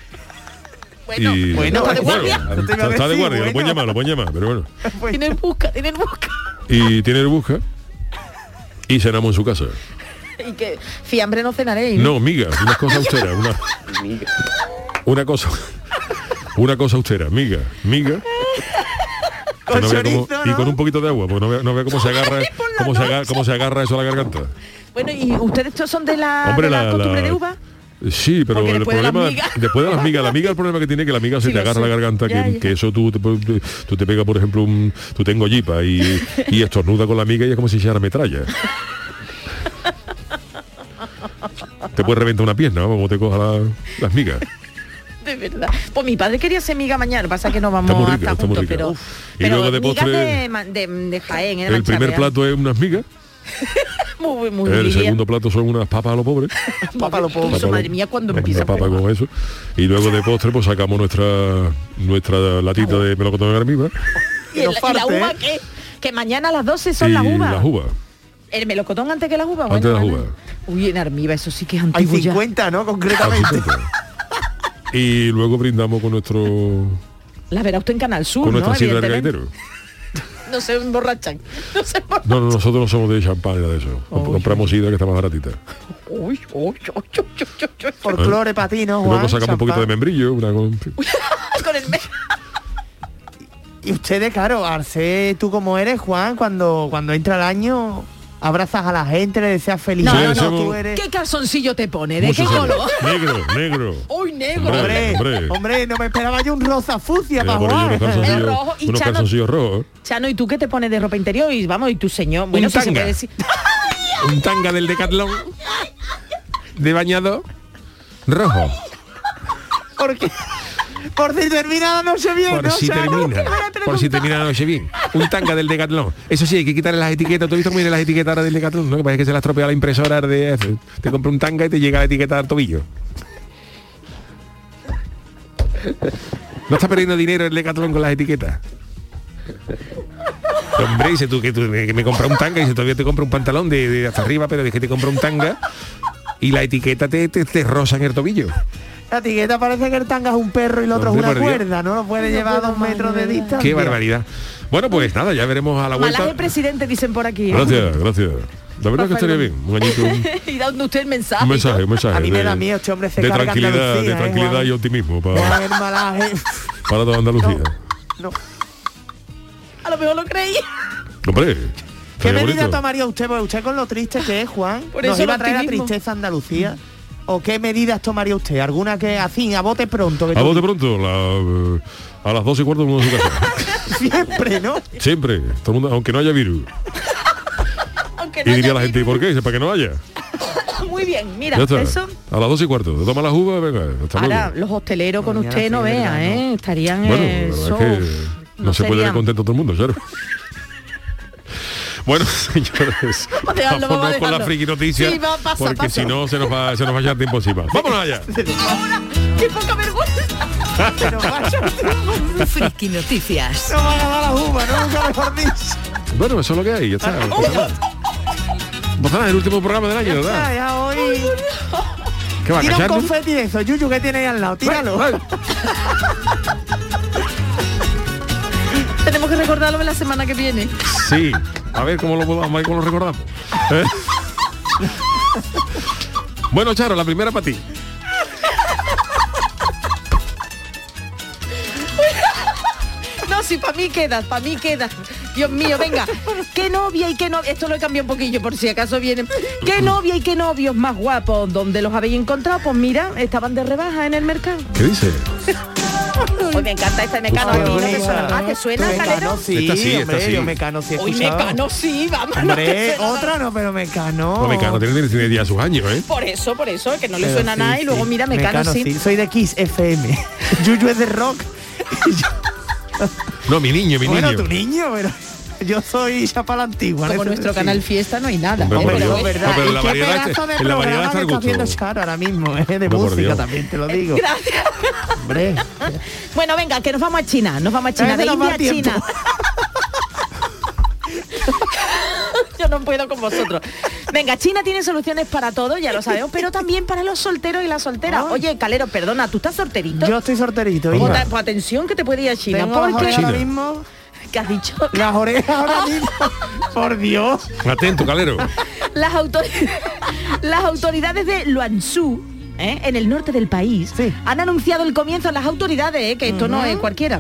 S6: Bueno,
S8: Y-
S7: Bueno,
S6: está de guardia.
S7: Yo te iba a
S8: está, está de
S7: decir,
S8: guardia, lo
S7: bueno.
S8: pueden llamar, lo pueden llamar, pero bueno.
S7: Pues,
S6: tiene el busca, tiene el busca.
S8: Y tiene el busca y cenamos en su casa.
S6: Y que fiambre no cenaréis.
S8: No, miga, una cosa austera, una, una cosa, una cosa austera, miga, miga. Que
S7: Con
S8: no vea
S7: chorizo,
S8: cómo- Y
S7: ¿no?
S8: con un poquito de agua, porque no vea, no vea cómo se agarra,
S6: Ay, por la
S8: cómo se agarra,
S6: noche.
S8: cómo se agarra eso a la garganta.
S6: Bueno, ¿y ustedes estos son de la, Ah, de la, costumbre de uva?
S8: Sí, pero
S6: Porque
S8: el
S6: después de las
S8: problema
S6: migas.
S8: después de las migas, la miga el problema que tiene es que la miga se
S6: Sí,
S8: te
S6: lo
S8: agarra
S6: sé.
S8: la garganta,
S6: Ya,
S8: que,
S6: ya.
S8: que eso tú te, pu- te- tú te pegas, por ejemplo, un, tú tengo yipa y, y estornuda con la miga y es como si echara metralla. te puede reventar una pierna, vamos, como te coja la- las migas.
S6: De verdad. Pues mi padre quería ser miga mañana, pasa que no vamos
S8: Está muy
S6: a
S8: rica,
S6: estar
S8: está muy
S6: juntos,
S8: rica.
S6: pero,
S8: Uf. Y
S6: pero
S8: luego de
S6: migas
S8: postre,
S6: de, ma- de, de Jaén, ¿eh? de
S8: El primer
S6: Mancharreal.
S8: plato es unas migas,
S6: Muy, muy
S8: el
S6: bien.
S8: segundo plato son unas papas a los pobres.
S7: Papa lo
S6: Incluso,
S7: pobre.
S8: Papa lo-
S6: madre mía, cuando
S8: una
S6: empieza
S8: papa
S6: pero-
S8: con eso. Y luego de postre pues sacamos nuestra nuestra latita de melocotón de garmiva
S6: Y, el-
S7: no
S6: y la
S7: falte,
S6: uva
S7: ¿eh?
S6: que que mañana a las 12
S8: y
S6: son las uvas.
S8: las uvas.
S6: El melocotón antes que las uvas,
S8: Antes
S6: bueno,
S8: de las
S6: bueno.
S8: uvas.
S6: Uy, en Armiva, eso sí que es
S7: Hay
S6: antiguo
S8: pues
S6: ya.
S7: 50, ¿no?
S8: Así
S7: Concretamente.
S8: toca. Y luego brindamos con nuestro
S6: Las verá usted en Canal Sur,
S8: con
S6: Uh, ¿no?
S8: nuestra sidra del
S6: Evidentemente.
S8: gaitero.
S6: No se emborrachan. No se emborrachan.
S8: No, no, nosotros no somos de champán ni nada de eso. Comp- Compramos sidra que está más baratita.
S6: Uy, uy, uy, uy, uy, uy, uy.
S7: Folclore para ti, ¿no,
S8: Y
S7: Juan?
S8: luego sacamos un poquito de
S7: Champán.
S8: membrillo, una con-
S6: Con el me-
S7: Y ustedes, claro, Arce, tú como eres, Juan, cuando, cuando entra el año, abrazas a la gente, le deseas feliz
S6: No,
S7: año,
S6: no,
S8: no.
S7: tú eres...
S6: ¿Qué calzoncillo te pone? ¿De
S8: mucho
S6: qué
S8: sabor.
S6: color?
S8: Negro, negro.
S6: Uy, negro.
S7: Hombre,
S8: Hombre.
S7: hombre. no me esperaba yo un rosa fucia
S8: Eh,
S7: para
S8: por ello
S7: Juan.
S8: unos
S6: El
S8: calzoncillos,
S6: rojo y
S8: unos
S6: Chano-
S8: calzoncillos rojos.
S6: Chano, ¿y tú qué te pones de ropa interior? Y vamos, y tu señor. Bueno, si se
S8: tanga.
S6: puede decir.
S8: Un tanga del decatlón de bañado rojo.
S7: Porque por si termina la noche bien,
S8: Por
S7: ¿no?
S8: si
S7: O sea,
S8: termina, por si termina la noche bien. Un tanga del Decathlon. Eso sí, hay que quitarle las etiquetas. ¿Tú has visto cómo vienen las etiquetas ahora del Decathlon? ¿no? Que parece que se las estropea la impresora de... Te compra un tanga y te llega la etiqueta al tobillo. No está perdiendo dinero el Decathlon con las etiquetas. Hombre, dice tú que, tú- que me compra un tanga y dice todavía te compra un pantalón de, de hasta arriba, pero es que te compra un tanga y la etiqueta te, te, te rosa en el tobillo.
S7: La etiqueta parece que el tanga es un perro y el otro es
S8: Hombre,
S7: una
S8: por Dios.
S7: cuerda, ¿no? Lo puede llevar a dos metros de distancia.
S8: Qué barbaridad. Bueno, pues nada, ya veremos a la vuelta.
S6: Malaje presidente, dicen por aquí. ¿eh?
S8: Gracias, gracias. La verdad es que
S6: Papá
S8: estaría
S6: Noel.
S8: bien, un añito, un,
S6: y dando usted el mensaje.
S8: un mensaje, un mensaje.
S7: A mí me
S8: de-
S7: da miedo, este hombre se
S8: de
S7: carga
S8: tranquilidad,
S7: Andalucía,
S8: de
S7: ¿eh,
S8: tranquilidad
S7: Juan?
S8: y optimismo
S7: Juan
S8: para,
S7: el malaje.
S8: para toda Andalucía.
S7: No.
S6: A lo mejor lo creí.
S8: Hombre,
S7: ¿Qué
S8: estaría
S7: medida
S8: bonito.
S7: tomaría usted? Porque usted con lo triste que es, Juan.
S6: Por
S7: Nos
S6: eso
S7: iba a
S6: el
S7: traer la
S6: optimismo.
S7: tristeza a Andalucía. ¿O qué medidas tomaría usted? ¿Alguna que así, a bote pronto? Que
S8: A
S7: tú-
S8: vos de pronto, la- eh, a las 12 y cuarto uno en su casa.
S7: Siempre, ¿no?
S8: Siempre, todo el mundo, aunque no haya virus.
S6: Aunque
S8: Y
S6: no
S8: diría
S6: haya
S8: la gente, ¿y
S6: virus.
S8: por qué? Dice, Para que no haya.
S6: Muy bien, mira,
S8: Ya está.
S6: eso.
S8: A las 12 y cuarto. Toma las uvas, venga, hasta
S6: Ahora,
S8: luego.
S6: los hosteleros con
S7: Mañana
S6: usted no
S7: sí, de
S6: vea,
S7: verdad,
S6: ¿eh? Estarían
S8: Bueno,
S6: eh,
S8: la
S6: so-
S8: verdad es que no, se puede ver
S6: serían-
S8: contento todo el mundo, claro. Bueno, señores,
S6: Vamos a dejarlo, vamos a
S8: vámonos con la
S6: dejarlo.
S8: friki noticia,
S6: Sí, va, pasa,
S8: porque
S6: pasa.
S8: si no se nos va, se nos va a echar tiempo encima. Vámonos allá.
S6: Ahora, ¡Qué poca vergüenza!
S7: Pero vaya,
S9: Friki Noticias.
S7: no van a dar la uva, ¿no? Nunca mejor dicho.
S8: Bueno, eso es lo que hay, ya está. no pasa nada. Pues nada, el último programa del año,
S7: Ya,
S8: ¿verdad?
S7: ya hoy...
S8: ¿Qué va a
S7: Tira un
S8: cacharnos?
S7: confeti de eso, Yuyu, que tiene ahí al lado? Tíralo.
S8: Vale.
S6: Tenemos que recordarlo en la semana que viene.
S8: Sí, a ver cómo lo podamos, a ver cómo lo recordamos. ¿Eh? Bueno, Charo, la primera para ti.
S6: No, si para mí queda, para mí queda. Dios mío, venga. Qué novia y qué novio. Esto lo he cambiado un poquillo por si acaso vienen. Qué novia y qué novios más guapos. ¿Dónde los habéis encontrado? Pues mira, estaban de rebaja en el mercado.
S8: ¿Qué dice?
S6: Hoy me encanta este mecano.
S7: Ah,
S6: a ti, ¿no te
S7: bonita.
S6: suena? Ah, ¿te suena,
S7: Mecano,
S6: Calero?
S7: Sí,
S2: Esta sí, esta
S7: hombre,
S2: sí.
S7: yo Mecano sí he
S6: Hoy
S7: escuchado.
S6: mecano sí, vamos. Ah, no te
S7: Hombre,
S6: suena
S7: otra no, pero Mecano.
S6: Oh.
S2: Pues Mecano tiene, tiene ya sus años, ¿eh?
S6: Por eso, por eso, que no le
S7: Pero
S6: suena
S7: sí,
S6: nada y luego
S7: sí.
S6: mira, Mecano, sí.
S7: Soy de Kiss FM. Yuyu es de rock.
S2: No, mi niño, mi
S7: bueno,
S2: niño.
S7: tu niño, pero yo soy chapa la antigua.
S6: Como
S7: eso
S6: nuestro
S7: sí.
S6: canal Fiesta no hay nada.
S2: Hombre,
S6: ¿eh? Pero
S7: Hombre,
S2: por
S6: es
S2: Dios.
S7: es
S6: verdad.
S2: No, pero en la
S7: ¿Y qué
S2: variedad
S7: pedazo
S2: está-
S7: de
S2: en la variedad
S7: programa
S2: está el
S7: que
S2: gusto.
S7: haciendo Charo ahora mismo, ¿eh? de
S2: por
S7: música
S2: Dios.
S7: también te lo digo.
S6: Gracias.
S7: Hombre,
S6: Bueno, venga, que nos vamos a China, nos vamos a China,
S7: Ese
S6: de
S7: nos va
S6: India a
S7: a tiempo.
S6: China. Yo no puedo con vosotros. Venga, China tiene soluciones para todo, ya lo sabemos, pero también para los solteros y las solteras. Oye, Calero, perdona, ¿tú estás solterito?
S7: yo estoy sorterito.
S6: Pues,
S7: hija.
S6: ta- pues atención que te puede ir a China,
S7: Tengo las
S6: porque
S7: orejas
S2: China.
S7: ahora mismo.
S6: ¿qué has dicho?
S7: Las orejas ahora mismo. Por Dios.
S2: Atento, calero.
S6: Las, autor- las autoridades de Luanzhou, ¿eh? en el norte del país,
S7: Sí.
S6: han anunciado el comienzo, las autoridades, ¿eh? que esto no es cualquiera,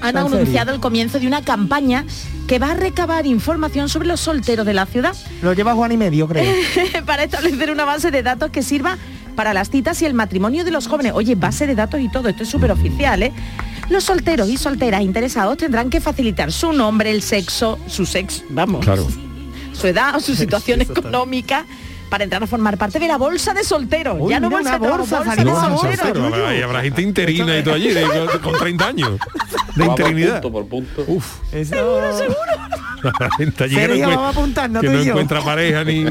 S6: han
S7: serio?
S6: anunciado el comienzo de una campaña que va a recabar información sobre los solteros de la ciudad
S7: Lo lleva Juan y medio, creo.
S6: para establecer una base de datos que sirva para las citas y el matrimonio de los jóvenes. Oye, base de datos y todo, esto es súper oficial, ¿eh? Los solteros y solteras interesados tendrán que facilitar su nombre, el sexo, su sexo, vamos,
S2: Claro.
S6: su edad o su situación
S7: eso también.
S6: económica para entrar a formar parte de la bolsa de solteros.
S7: Uy,
S6: ya no bolsa,
S7: mira,
S6: de
S7: una
S6: trabajo,
S7: bolsa,
S6: bolsa
S7: salió
S6: de
S7: una
S6: solteros.
S7: bolsa.
S2: Pero habrá, y habrá gente interina y todo allí, de- con, 30 años. De
S4: Va por
S2: interinidad.
S4: punto, por punto.
S2: Uf,
S7: Eso-
S2: habrá gente allí que no,
S7: Sergio,
S2: encuent-
S7: vamos a apuntarnos
S2: que
S7: tú
S2: no
S7: y yo.
S2: encuentra pareja ni...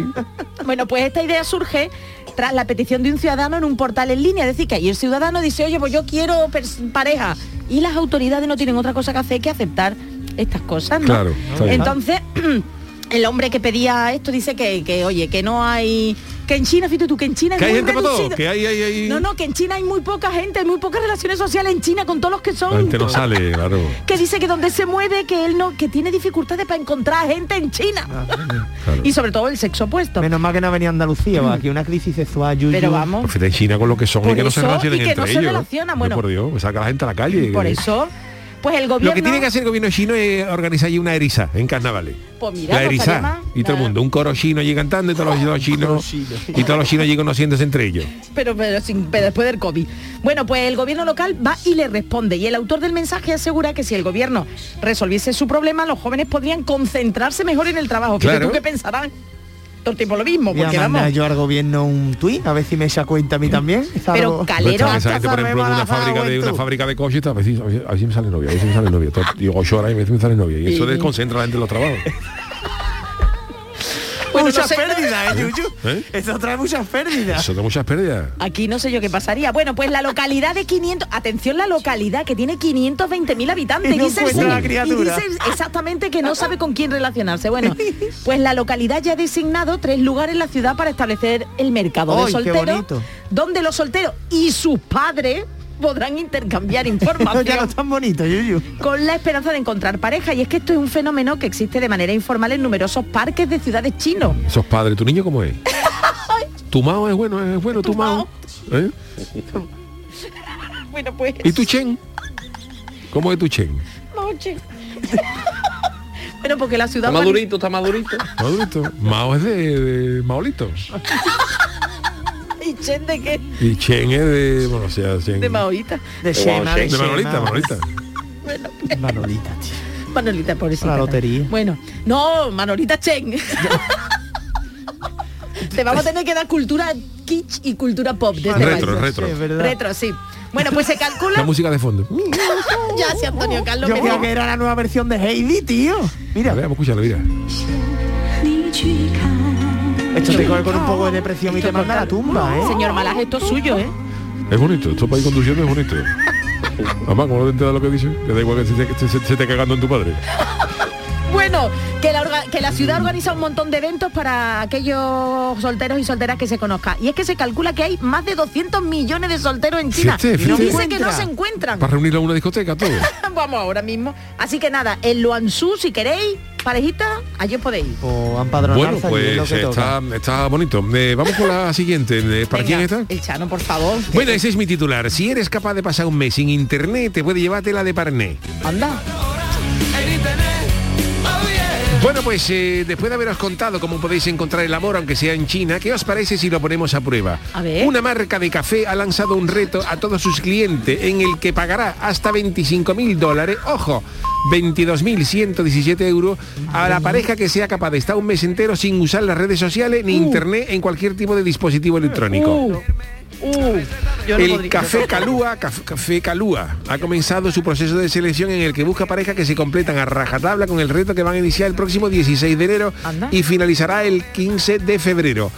S6: Bueno, pues esta idea surge tras la petición de un ciudadano en un portal en línea. Es decir, que ahí el ciudadano dice, oye, pues yo quiero pers- pareja. Y las autoridades no tienen otra cosa que hacer que aceptar estas cosas, ¿no?
S2: Claro, está bien.
S6: Entonces, el hombre que pedía esto dice que, que, oye, que no hay... Que en China, fíjate tú, que en China es
S2: Que hay
S6: muy
S2: gente para todo,
S6: reducido.
S2: que hay- hay- hay-
S6: No, no, que en China hay muy poca gente, hay muy pocas relaciones sociales en China con todos los que son...
S2: La gente no sale, claro.
S6: Que dice que donde se mueve, que él no... Que tiene dificultades para encontrar gente en China.
S2: Ah, claro.
S6: Y sobre todo el sexo opuesto.
S7: Menos mal que no venía Andalucía, va, aquí una crisis sexual, Yuyu.
S6: Pero vamos...
S2: Pues fíjate, en China con lo que son y
S6: Por
S2: que no se
S6: eso,
S2: relacionen
S6: y que
S2: entre
S6: no se
S2: ellos.
S6: relacionan,
S2: Yo,
S6: bueno.
S2: por Dios, me saca la gente a la calle.
S6: Por
S2: Que-
S6: eso, pues el gobierno...
S2: Lo que tiene que hacer el gobierno chino es organizar allí una eriza en carnavales.
S6: Pues mira,
S2: la
S6: no
S2: eriza.
S6: estaría mal.
S2: Y todo el
S6: Nada.
S2: mundo, un coro chino allí cantando y todos los chinos. y todos los chinos allí conociéndose entre ellos.
S6: Pero, pero sin- pero después del COVID. Bueno, pues el gobierno local va y le responde. Y el autor del mensaje asegura que si el gobierno resolviese su problema, los jóvenes podrían concentrarse mejor en el trabajo. Fíjate
S2: Claro.
S6: tú qué pensarán. Todo el tiempo lo mismo,
S7: Voy a
S6: porque
S7: mandar
S6: vamos.
S7: yo al gobierno un tuit, a ver si me echa cuenta a mí también. Es
S6: Pero
S7: algo-
S6: Calero,
S2: Pero está, esa
S7: hasta
S2: gente, por ejemplo,
S7: sabemos
S2: de
S7: la
S2: una fábrica de, una
S7: juventud.
S2: fábrica de coches, está, a ver si, a ver si- a ver si me sale novia, a ver si me sale novia. Todo- Digo, ocho horas y a ver si me sale novia. Y eso
S6: Y-
S2: desconcentra a la gente en los trabajos.
S6: Bueno, no
S7: muchas
S6: sé-
S7: pérdidas, ¿eh, Yuyu?
S2: ¿Eh?
S7: Eso trae muchas pérdidas.
S2: Eso da muchas pérdidas.
S6: Aquí no sé yo qué pasaría. Bueno, pues la localidad de 500, atención la localidad que tiene 520.000 habitantes
S7: Y no
S6: dice, el-
S7: encuentra
S2: la
S6: y
S7: criatura.
S6: dice exactamente que no sabe con quién relacionarse. Bueno, pues la localidad ya ha designado tres lugares en la ciudad para establecer el mercado de
S7: ¡Ay, qué
S6: solteros,
S7: bonito!
S6: donde los solteros y sus padres podrán intercambiar información
S7: ya no es tan bonito, Yuyu.
S6: con la esperanza de encontrar pareja. Y es que esto es un fenómeno que existe de manera informal en numerosos parques de ciudades chinos.
S2: Esos padres, ¿tu niño cómo es? tu mao es bueno, es bueno, tu mao. ¿Eh?
S6: Bueno, pues...
S2: ¿Y tu chen? ¿Cómo es tu chen?
S6: noche. bueno, porque la ciudad...
S4: Está madurito, está madurito.
S2: Madurito. Mao es de, de maolito.
S6: ¿Y Chen de qué?
S2: Y chen es de, bueno, o sea, chen-
S6: De Maolita.
S7: De
S4: Shema, de
S2: de Manolita, Manolita.
S7: Manolita, tío.
S6: Manolita, pobrecita.
S7: La lotería.
S6: Bueno, no, Manolita Chen. Te vamos a tener que dar cultura kitsch y cultura pop de este
S2: Retro,
S6: país.
S2: retro.
S7: Sí, es verdad.
S6: Retro, sí. Bueno, pues se
S2: La
S6: calcula.
S2: música de fondo. Mm,
S6: ya si Antonio Carlos
S7: Yo
S6: me
S7: creo
S6: dice-
S7: que era la nueva versión de Heidi, tío. Mira,
S2: Mira, vamos a escucharlo, mira.
S7: esto te coge con un poco de depresión y te manda a la tumba, ¿eh?
S6: Señor Malas, esto es suyo, ¿eh?
S2: Es bonito, esto para ir conduciendo es bonito. Además, como no te enteras de lo que dice, te da igual que se, te- se- se- se te cagando en tu padre.
S6: Bueno, que la, orga- que la ciudad organiza un montón de eventos para aquellos solteros y solteras que se conozcan. Y es que se calcula que hay más de 200 millones de solteros en China.
S2: Fíjate,
S6: y no
S2: fíjate.
S6: dice que no se encuentran.
S2: Para reunirlo en una discoteca, todo.
S6: Vamos ahora mismo. Así que nada, en Luansu, si queréis, parejita, allí os podéis. ir.
S7: O empadronarse
S2: Bueno,
S7: allí, es lo
S2: pues
S7: que toca.
S2: está, está bonito. Eh, vamos con la siguiente. Eh, ¿Para quién
S6: Venga,
S2: está?
S6: El Chano, por favor.
S2: Bueno, ese es mi titular. Si eres capaz de pasar un mes sin internet, te puede llevártela de parné.
S6: Anda.
S2: Bueno, pues eh, después de haberos contado cómo podéis encontrar el amor, aunque sea en China, ¿qué os parece si lo ponemos a prueba?
S6: A ver.
S2: Una marca de café ha lanzado un reto a todos sus clientes en el que pagará hasta 25 mil dólares, ojo, 22.117 euros a la pareja que sea capaz de estar un mes entero sin usar las redes sociales
S6: Uh.
S2: ni internet en cualquier tipo de dispositivo electrónico.
S7: Yo no
S2: el
S7: podría.
S2: Café Calúa, Caf- Café Calúa, ha comenzado su proceso de selección en el que busca parejas que se completan a rajatabla con el reto que van a iniciar el próximo 16 de enero
S6: Anda.
S2: y finalizará el 15 de febrero.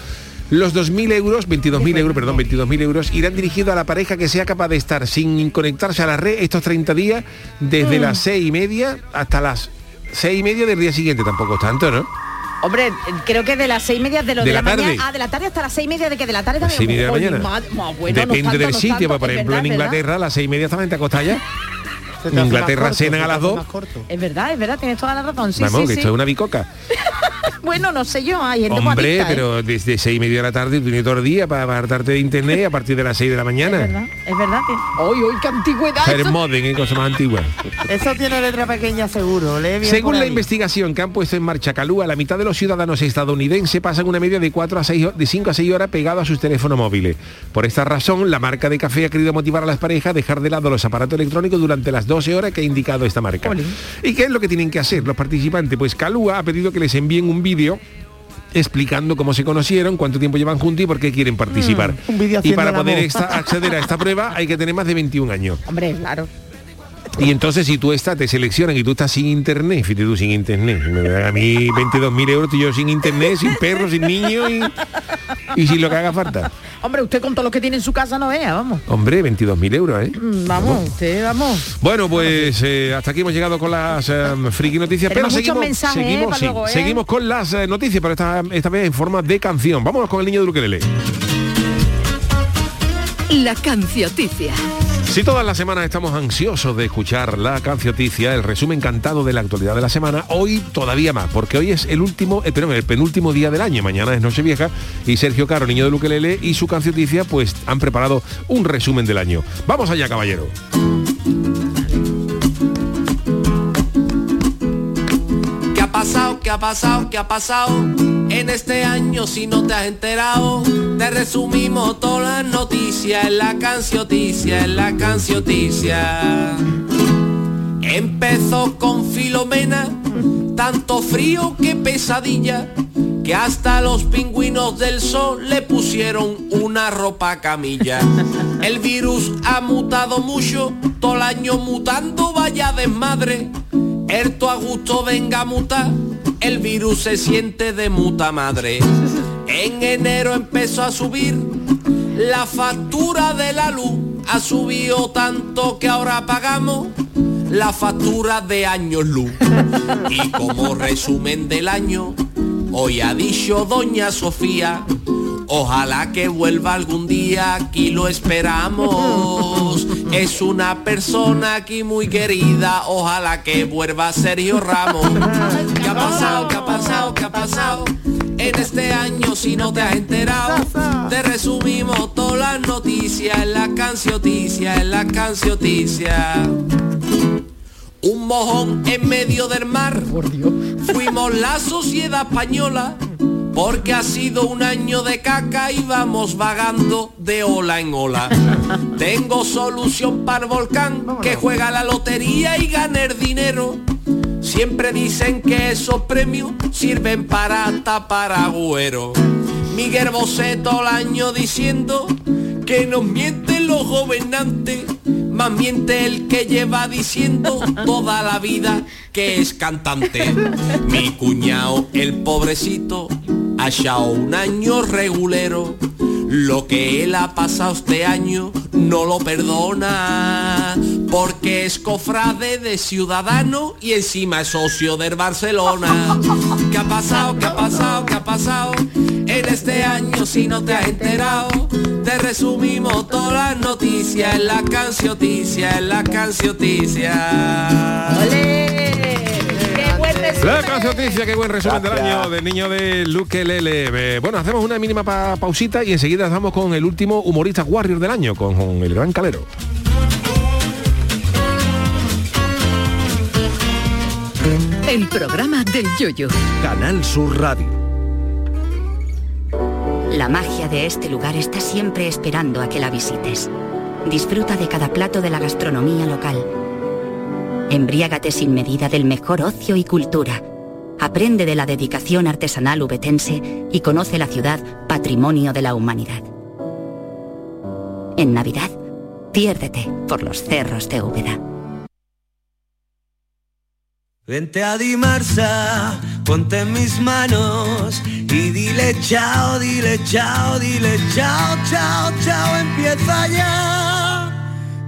S2: Los 2.000 euros, 22.000 euros, perdón, 22.000 euros irán dirigidos a la pareja que sea capaz de estar sin conectarse a la red estos 30 días, desde las
S6: Mm.
S2: 6 y media hasta las 6 y media del día siguiente. Tampoco es tanto, ¿no?
S6: Hombre, creo que de las seis y media de lo
S2: De
S6: de,
S2: la
S6: la,
S2: tarde.
S6: mañana. Ah, de la tarde hasta las seis y media de que de la tarde
S2: Las
S6: también.
S2: 6 y media de la
S6: Oye,
S2: mañana.
S6: madre, ma- bueno, no
S2: Depende
S6: tanto,
S2: del
S6: no
S2: sitio,
S6: tanto,
S2: por
S6: es
S2: ejemplo, en
S6: verdad, es verdad.
S2: Inglaterra a las 6 y media están en Tacostalla.
S7: Se te hace
S2: Inglaterra
S7: más corto,
S2: cenan
S7: se te
S2: a las
S7: hace
S2: dos.
S7: más corto.
S6: Es verdad, es verdad, tienes toda la razón. Sí,
S2: Vamos,
S6: sí,
S2: que
S6: sí.
S2: esto es una bicoca.
S6: Bueno, no sé yo, hay gente
S2: Hombre,
S6: adicta, ¿eh?
S2: pero desde seis y media de la tarde tú tienes todo el día para apartarte de internet y a partir de las 6 de la
S6: Es
S2: mañana.
S6: verdad, es verdad. tiene- ¡Ay, ay, qué antigüedad! eso!
S2: Hermoden, en cosas más antiguas.
S7: Eso tiene letra pequeña seguro. lee bien
S2: Según
S7: por
S2: la
S7: ahí.
S2: investigación que han puesto en marcha Calúa, la mitad de los ciudadanos estadounidenses pasan una media de 4 a 6 ho- de 5 a 6 horas pegados a sus teléfonos móviles. Por esta razón, la marca de café ha querido motivar a las parejas a dejar de lado los aparatos electrónicos durante las 12 horas que ha indicado esta marca. ¿Y qué es lo que tienen que hacer los participantes? Pues Calúa ha pedido que les envíen un vídeo explicando cómo se conocieron, cuánto tiempo llevan juntos y por qué quieren participar.
S7: Mm, un vídeo
S2: y
S7: haciendo
S2: para
S7: el
S2: poder
S7: amor.
S2: esta- acceder a esta prueba hay que tener más de 21 años.
S6: Hombre, claro.
S2: Y entonces si tú estás, te seleccionan y tú estás sin internet, fíjate tú sin internet, me dan a mí 22.000 euros, tú y yo sin internet, sin perro, sin niño y, y sin lo que haga falta.
S6: Hombre, usted con todo lo que tiene en su casa no vea, vamos.
S2: Hombre, 22.000 euros, ¿eh?
S6: Mm, Vamos, usted, vamos.
S2: Bueno, pues eh, hasta aquí hemos llegado con las em, friki noticias.
S6: Tenemos muchos
S2: seguimos,
S6: mensajes, ¿eh?
S2: seguimos,
S6: para
S2: sí,
S6: luego, ¿eh?
S2: seguimos con las eh, noticias, pero esta, esta vez en forma de canción. Vámonos con el niño de Ukelele.
S1: La cancioticia.
S2: Si todas las semanas estamos ansiosos de escuchar la cancioticia, el resumen cantado de la actualidad de la semana, hoy todavía más, porque hoy es el último, eh, perdón, el penúltimo día del año, mañana es Nochevieja, y Sergio Caro, niño de Luquelele, y su cancioticia, pues han preparado un resumen del año. Vamos allá, caballero.
S10: ¿Qué ha pasado? ¿Qué ha pasado? ¿Qué ha pasado? En este año si no te has enterado, te resumimos todas las noticias en la cancioticia, en la cancioticia. Empezó con Filomena, tanto frío que pesadilla, que hasta los pingüinos del sol le pusieron una ropa camilla. El virus ha mutado mucho, todo el año mutando vaya desmadre. Erto a gusto venga a mutar, el virus se siente de muta madre. En enero empezó a subir la factura de la luz ha subido tanto que ahora pagamos la factura de años luz. Y como resumen del año, hoy ha dicho doña Sofía, ojalá que vuelva algún día, aquí lo esperamos. Es una persona aquí muy querida, ojalá que vuelva Sergio Ramos. ¿Qué ha pasado? ¿Qué ha pasado? ¿Qué ha pasado? En este año si no te has enterado, te resumimos todas las noticias en la cancioticia, en la cancioticia. Un mojón en medio del mar. Fuimos la sociedad española porque ha sido un año de caca y vamos vagando de ola en ola. Tengo solución para el volcán que juega la lotería y gana el dinero. Siempre dicen que esos premios sirven para tapar agüero. Miguel Bosé todo el año diciendo que nos mienten los gobernantes, más miente el que lleva diciendo toda la vida que es cantante. Mi cuñado, el pobrecito, ha echado un año regulero. Lo que él ha pasado este año no lo perdona, porque es cofrade de Ciudadano y encima es socio del Barcelona. ¿Qué ha pasado? ¿Qué ha pasado? ¿Qué ha pasado? En este año si no te has enterado, te resumimos todas las noticias en la cancioticia, en la cancioticia.
S6: ¡Ole! ¡Qué buen
S2: La
S6: resumen!
S2: cancioticia, qué buen resumen del
S4: Gracias.
S2: año del niño de Luquelele. Eh, Bueno, hacemos una mínima pa- pausita y enseguida vamos con el último humorista warrior del año, con, con el gran calero.
S1: El programa del yoyo.
S11: Canal Sur Radio.
S12: La magia de este lugar está siempre esperando a que la visites. Disfruta de cada plato de la gastronomía local. Embriágate sin medida del mejor ocio y cultura. Aprende de la dedicación artesanal ubetense y conoce la ciudad patrimonio de la humanidad. En Navidad, piérdete por los cerros de Úbeda.
S13: Vente a Dimarsa, ponte en mis manos y dile chao, dile chao, dile chao, chao, chao, empieza ya.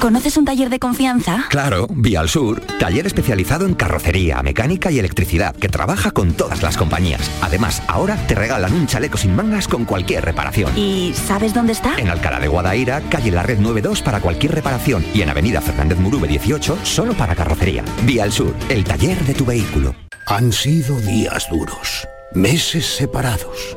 S14: ¿Conoces un taller de confianza?
S15: Claro, Vía al Sur, taller especializado en carrocería, mecánica y electricidad, que trabaja con todas las compañías. Además, ahora te regalan un chaleco sin mangas con cualquier reparación.
S14: ¿Y sabes dónde está?
S15: En Alcalá de Guadaira, calle La Red 92 para cualquier reparación y en Avenida Fernández Murube 18 solo para carrocería. Vía al Sur, el taller de tu vehículo.
S16: Han sido días duros, meses separados,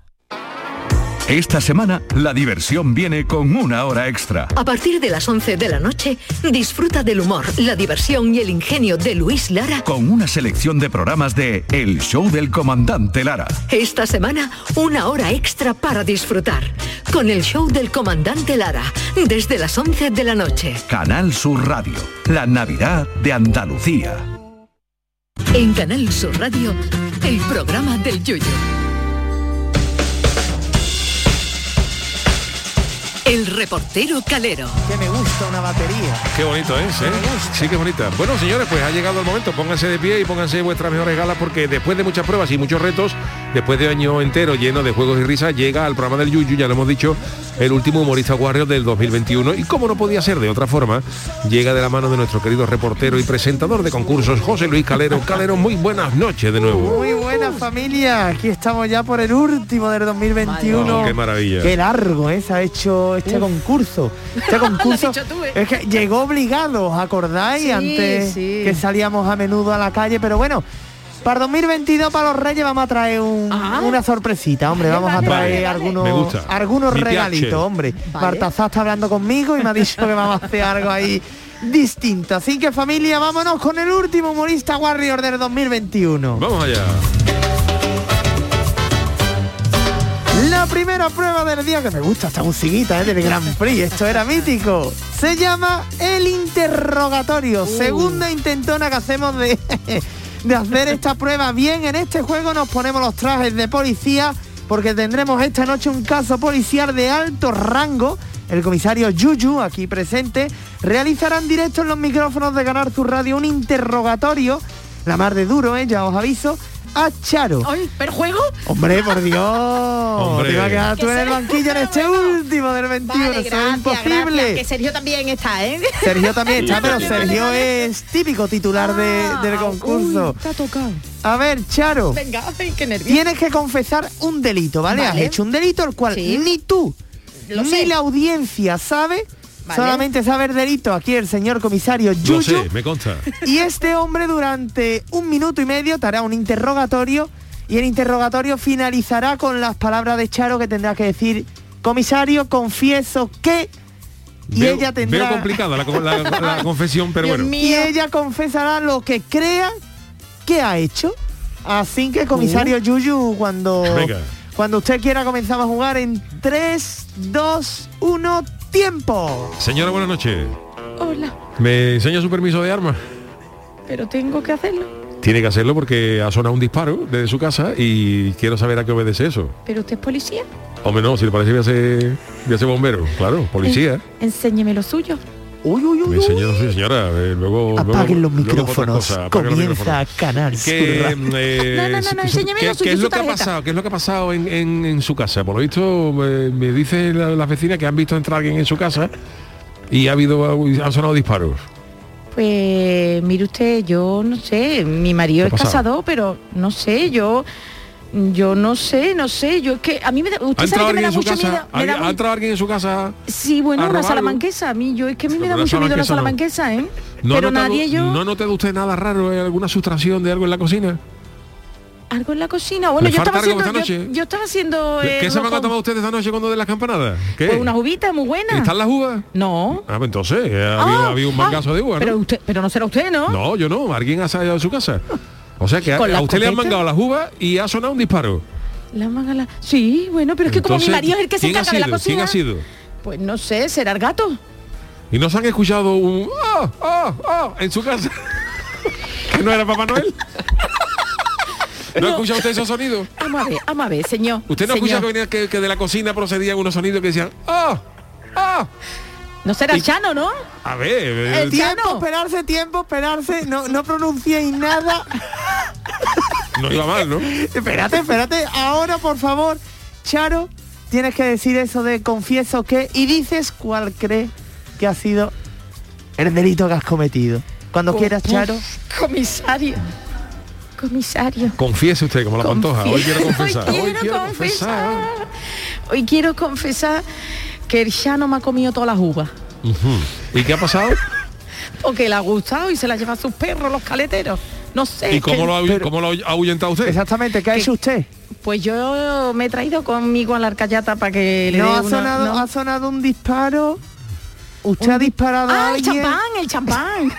S17: Esta semana la diversión viene con una hora extra.
S1: A partir de las 11 de la noche, disfruta del humor, la diversión y el ingenio de Luis Lara.
S17: Con una selección de programas de El Show del Comandante Lara.
S1: Esta semana, una hora extra para disfrutar. Con el show del comandante Lara, desde las 11 de la noche.
S17: Canal Sur Radio. La Navidad de Andalucía.
S1: En Canal Sur Radio, el programa del Yoyo. El reportero calero.
S7: Que me gusta una batería.
S2: Qué bonito es, ¿eh? Sí, qué bonita. Bueno, señores, pues ha llegado el momento. Pónganse de pie y pónganse vuestras mejores galas porque después de muchas pruebas y muchos retos, después de año entero lleno de juegos y risas, llega al programa del Yuyu, ya lo hemos dicho, el último humorista guarrio del 2021. Y como no podía ser de otra forma, llega de la mano de nuestro querido reportero y presentador de concursos, José Luis Calero. Calero, muy buenas noches de nuevo.
S7: Muy buena familia, aquí estamos ya por el último del 2021.
S2: Oh, qué maravilla.
S7: Qué largo, ¿eh? Se ha hecho este concurso. Este concurso
S2: ¿eh?
S7: es que llegó obligado, ¿os acordáis?
S6: Sí,
S7: Antes
S6: sí.
S7: que salíamos a menudo a la calle, pero bueno. Para 2022, para los Reyes, vamos a traer un- una sorpresita, hombre. Vamos a
S2: Ah. vale,
S7: traer
S2: vale.
S7: algunos,
S2: Me gusta.
S7: algunos
S2: Mi
S7: regalitos,
S2: piache.
S7: hombre. Baltazar está hablando conmigo y me ha dicho que vamos a hacer algo ahí distinto. Así que familia, vámonos con el último humorista Warrior del 2021.
S2: Vamos allá.
S7: La primera prueba del día que me gusta esta musiquita ¿eh? del Gran Prix, esto era mítico. Se llama el interrogatorio, segunda intentona que hacemos de, de hacer esta prueba bien. En este juego nos ponemos los trajes de policía porque tendremos esta noche un caso policial de alto rango. El comisario Yuyu, aquí presente, realizará en directo en los micrófonos de Ganar Tu Radio un interrogatorio, la mar de duro, ¿eh? ya os aviso, a Charo.
S6: Ay, ¿pero juego?
S7: Hombre, por Dios.
S6: Hombre.
S7: Te va a quedar tú
S6: Que
S7: en el
S6: se-
S7: banquillo en este último del 21.
S6: Vale,
S7: Eso
S6: gracias,
S7: es imposible.
S6: gracias, Que Sergio también está, ¿eh?
S7: Sergio también está, pero
S6: Vale,
S7: Sergio
S6: vale, vale.
S7: es típico titular de-
S6: Ah,
S7: del concurso.
S6: Está tocado.
S7: A ver, Charo,
S6: Venga, ay, qué nervios.
S7: tienes que confesar un delito, ¿vale? Has
S6: Vale.
S7: hecho un delito el cual
S6: Sí.
S7: ni tú
S6: Lo
S7: ni
S6: sé.
S7: la audiencia sabe.
S6: Vale.
S7: Solamente sabe el delito aquí el señor comisario Yuyu.
S2: Yo sé, me consta.
S7: Y este hombre durante un minuto y medio te hará un interrogatorio y el interrogatorio finalizará con las palabras de Charo que tendrá que decir Comisario, confieso que... Y
S2: Veo-
S7: ella tendrá...
S2: Veo complicada la, co- la- la confesión, pero bueno.
S7: Y ella confesará lo que crea que ha hecho. Así que, comisario Yuyu, cuando,
S2: Venga.
S7: cuando usted quiera comenzamos a jugar en 3, 2, 1, tiempo.
S2: Señora, buenas noches.
S6: Hola,
S2: ¿Me enseña su permiso de armas?
S6: pero tengo que hacerlo.
S2: Tiene que hacerlo porque ha sonado un disparo desde su casa y quiero saber a qué obedece eso.
S6: ¿Pero usted es policía?
S2: Hombre, no, si le parece voy a ser, voy a ser bombero, claro,
S7: Eh.
S2: policía. ¿eh?
S6: En- enséñeme lo suyo.
S7: Uy, uy,
S2: Me enseñó- sí, señora, eh, luego...
S7: Apaguen los
S2: luego- luego otra
S7: micrófonos.
S2: cosa, apaguen los
S7: Comienza Canal
S2: ¿Qué,
S7: Sur Radio.
S2: eh,
S6: No, no, no, no, enséñeme
S2: ¿qué-
S6: lo suyo,
S2: qué es
S6: su
S2: lo que ha
S6: tarjeta.
S2: pasado? ¿Qué es lo que ha pasado en, en- en su casa? Por lo visto, eh, me dice la- las vecinas que han visto entrar alguien en su casa y ha habido han sonado disparos.
S6: Pues mire usted, yo no sé, mi marido es
S2: ¿Qué ha pasado?
S6: casado, pero no sé, yo yo no sé, no sé, yo es que a mí me da,
S2: ¿Ha
S6: usted sabe
S2: entrado
S6: que me
S2: alguien
S6: da
S2: en su
S6: mucho
S2: casa?
S6: miedo, me da
S2: ¿Ha- ha
S6: mu-
S2: entrado alguien en su casa?
S6: Sí,
S2: a
S6: bueno,
S2: robar
S6: una
S2: algo?
S6: salamanquesa, a mí yo es que a mí me da
S2: Pero una
S6: mucho miedo la
S2: salamanquesa
S6: salamanquesa, ¿eh?
S2: ¿No ha
S6: pero
S2: notado-
S6: nadie yo
S2: ¿No ha notado usted nada raro, eh, alguna sustracción de algo en la cocina?
S6: algo en la cocina. Bueno,
S2: ¿Le
S6: yo estaba,
S2: falta algo
S6: haciendo,
S2: esta
S6: yo,
S2: noche?
S6: yo estaba haciendo eh,
S2: ¿Qué se van a
S6: rocón.
S2: tomar ustedes esta noche cuando de las campanadas? ¿Qué?
S6: Pues unas uvitas muy buenas.
S2: ¿Están las uvas?
S6: No.
S2: Ah, pues entonces, eh, ha habido,
S6: Ah,
S2: ha habido un mangazo
S6: ah,
S2: de uvas, ¿no?
S6: Pero usted, pero no será usted, ¿no?
S2: No, yo no, alguien ha salido de su casa. O sea que a,
S6: ¿Con la
S2: a usted le han
S6: escopeta?
S2: mangado las uvas y ha sonado un disparo.
S6: La manga la- Sí, bueno, pero es que como
S2: Entonces,
S6: mi marido es el que se
S2: ¿quién ha
S6: encarga de la
S2: sido?
S6: cocina.
S2: ¿Quién ha sido?
S6: Pues no sé, será el gato.
S2: Y no se han escuchado un ¡Ah! ¡Ah! ¡Ah! en su casa. ¿Que no era Papá Noel? ¿No, ha escuchado usted esos sonidos?
S6: Vamos a ver, vamos a ver, señor.
S2: ¿Usted no ha
S6: señor.
S2: escuchado que venía- que, que de la cocina procedían unos sonidos que decían, ¡Ah! ¡Ah!
S6: No será Chano, ¿no?
S2: A ver, eh,
S7: El tiempo, esperarse, tiempo, esperarse. No, no pronunciéis nada.
S2: no iba mal, ¿no?
S7: espérate, espérate. Ahora, por favor, Charo, tienes que decir eso de confieso que y dices cuál cree que ha sido el delito que has cometido. Cuando
S6: Oh,
S7: quieras,
S6: uf,
S7: Charo.
S6: Comisario. Comisario.
S2: Confiese usted como la pantoja. Hoy quiero confesar.
S6: Hoy quiero, confesar. Hoy quiero confesar que el Chano me ha comido todas las uvas.
S2: Ujú. ¿Y qué ha pasado?
S6: Porque le ha gustado y se las lleva a sus perros, los caleteros. No sé.
S2: ¿Y cómo
S6: que-
S2: lo, ha, cómo lo ha ahuyentado usted?
S7: Exactamente, ¿qué ha hecho usted?
S6: Pues yo me he traído conmigo a la arcayata para que le
S7: No
S6: dé
S7: ha
S6: una-
S7: sonado,
S6: no.
S7: ha sonado un disparo. Usted ha disparado a
S6: Ah, el
S7: alguien.
S6: champán, el champán.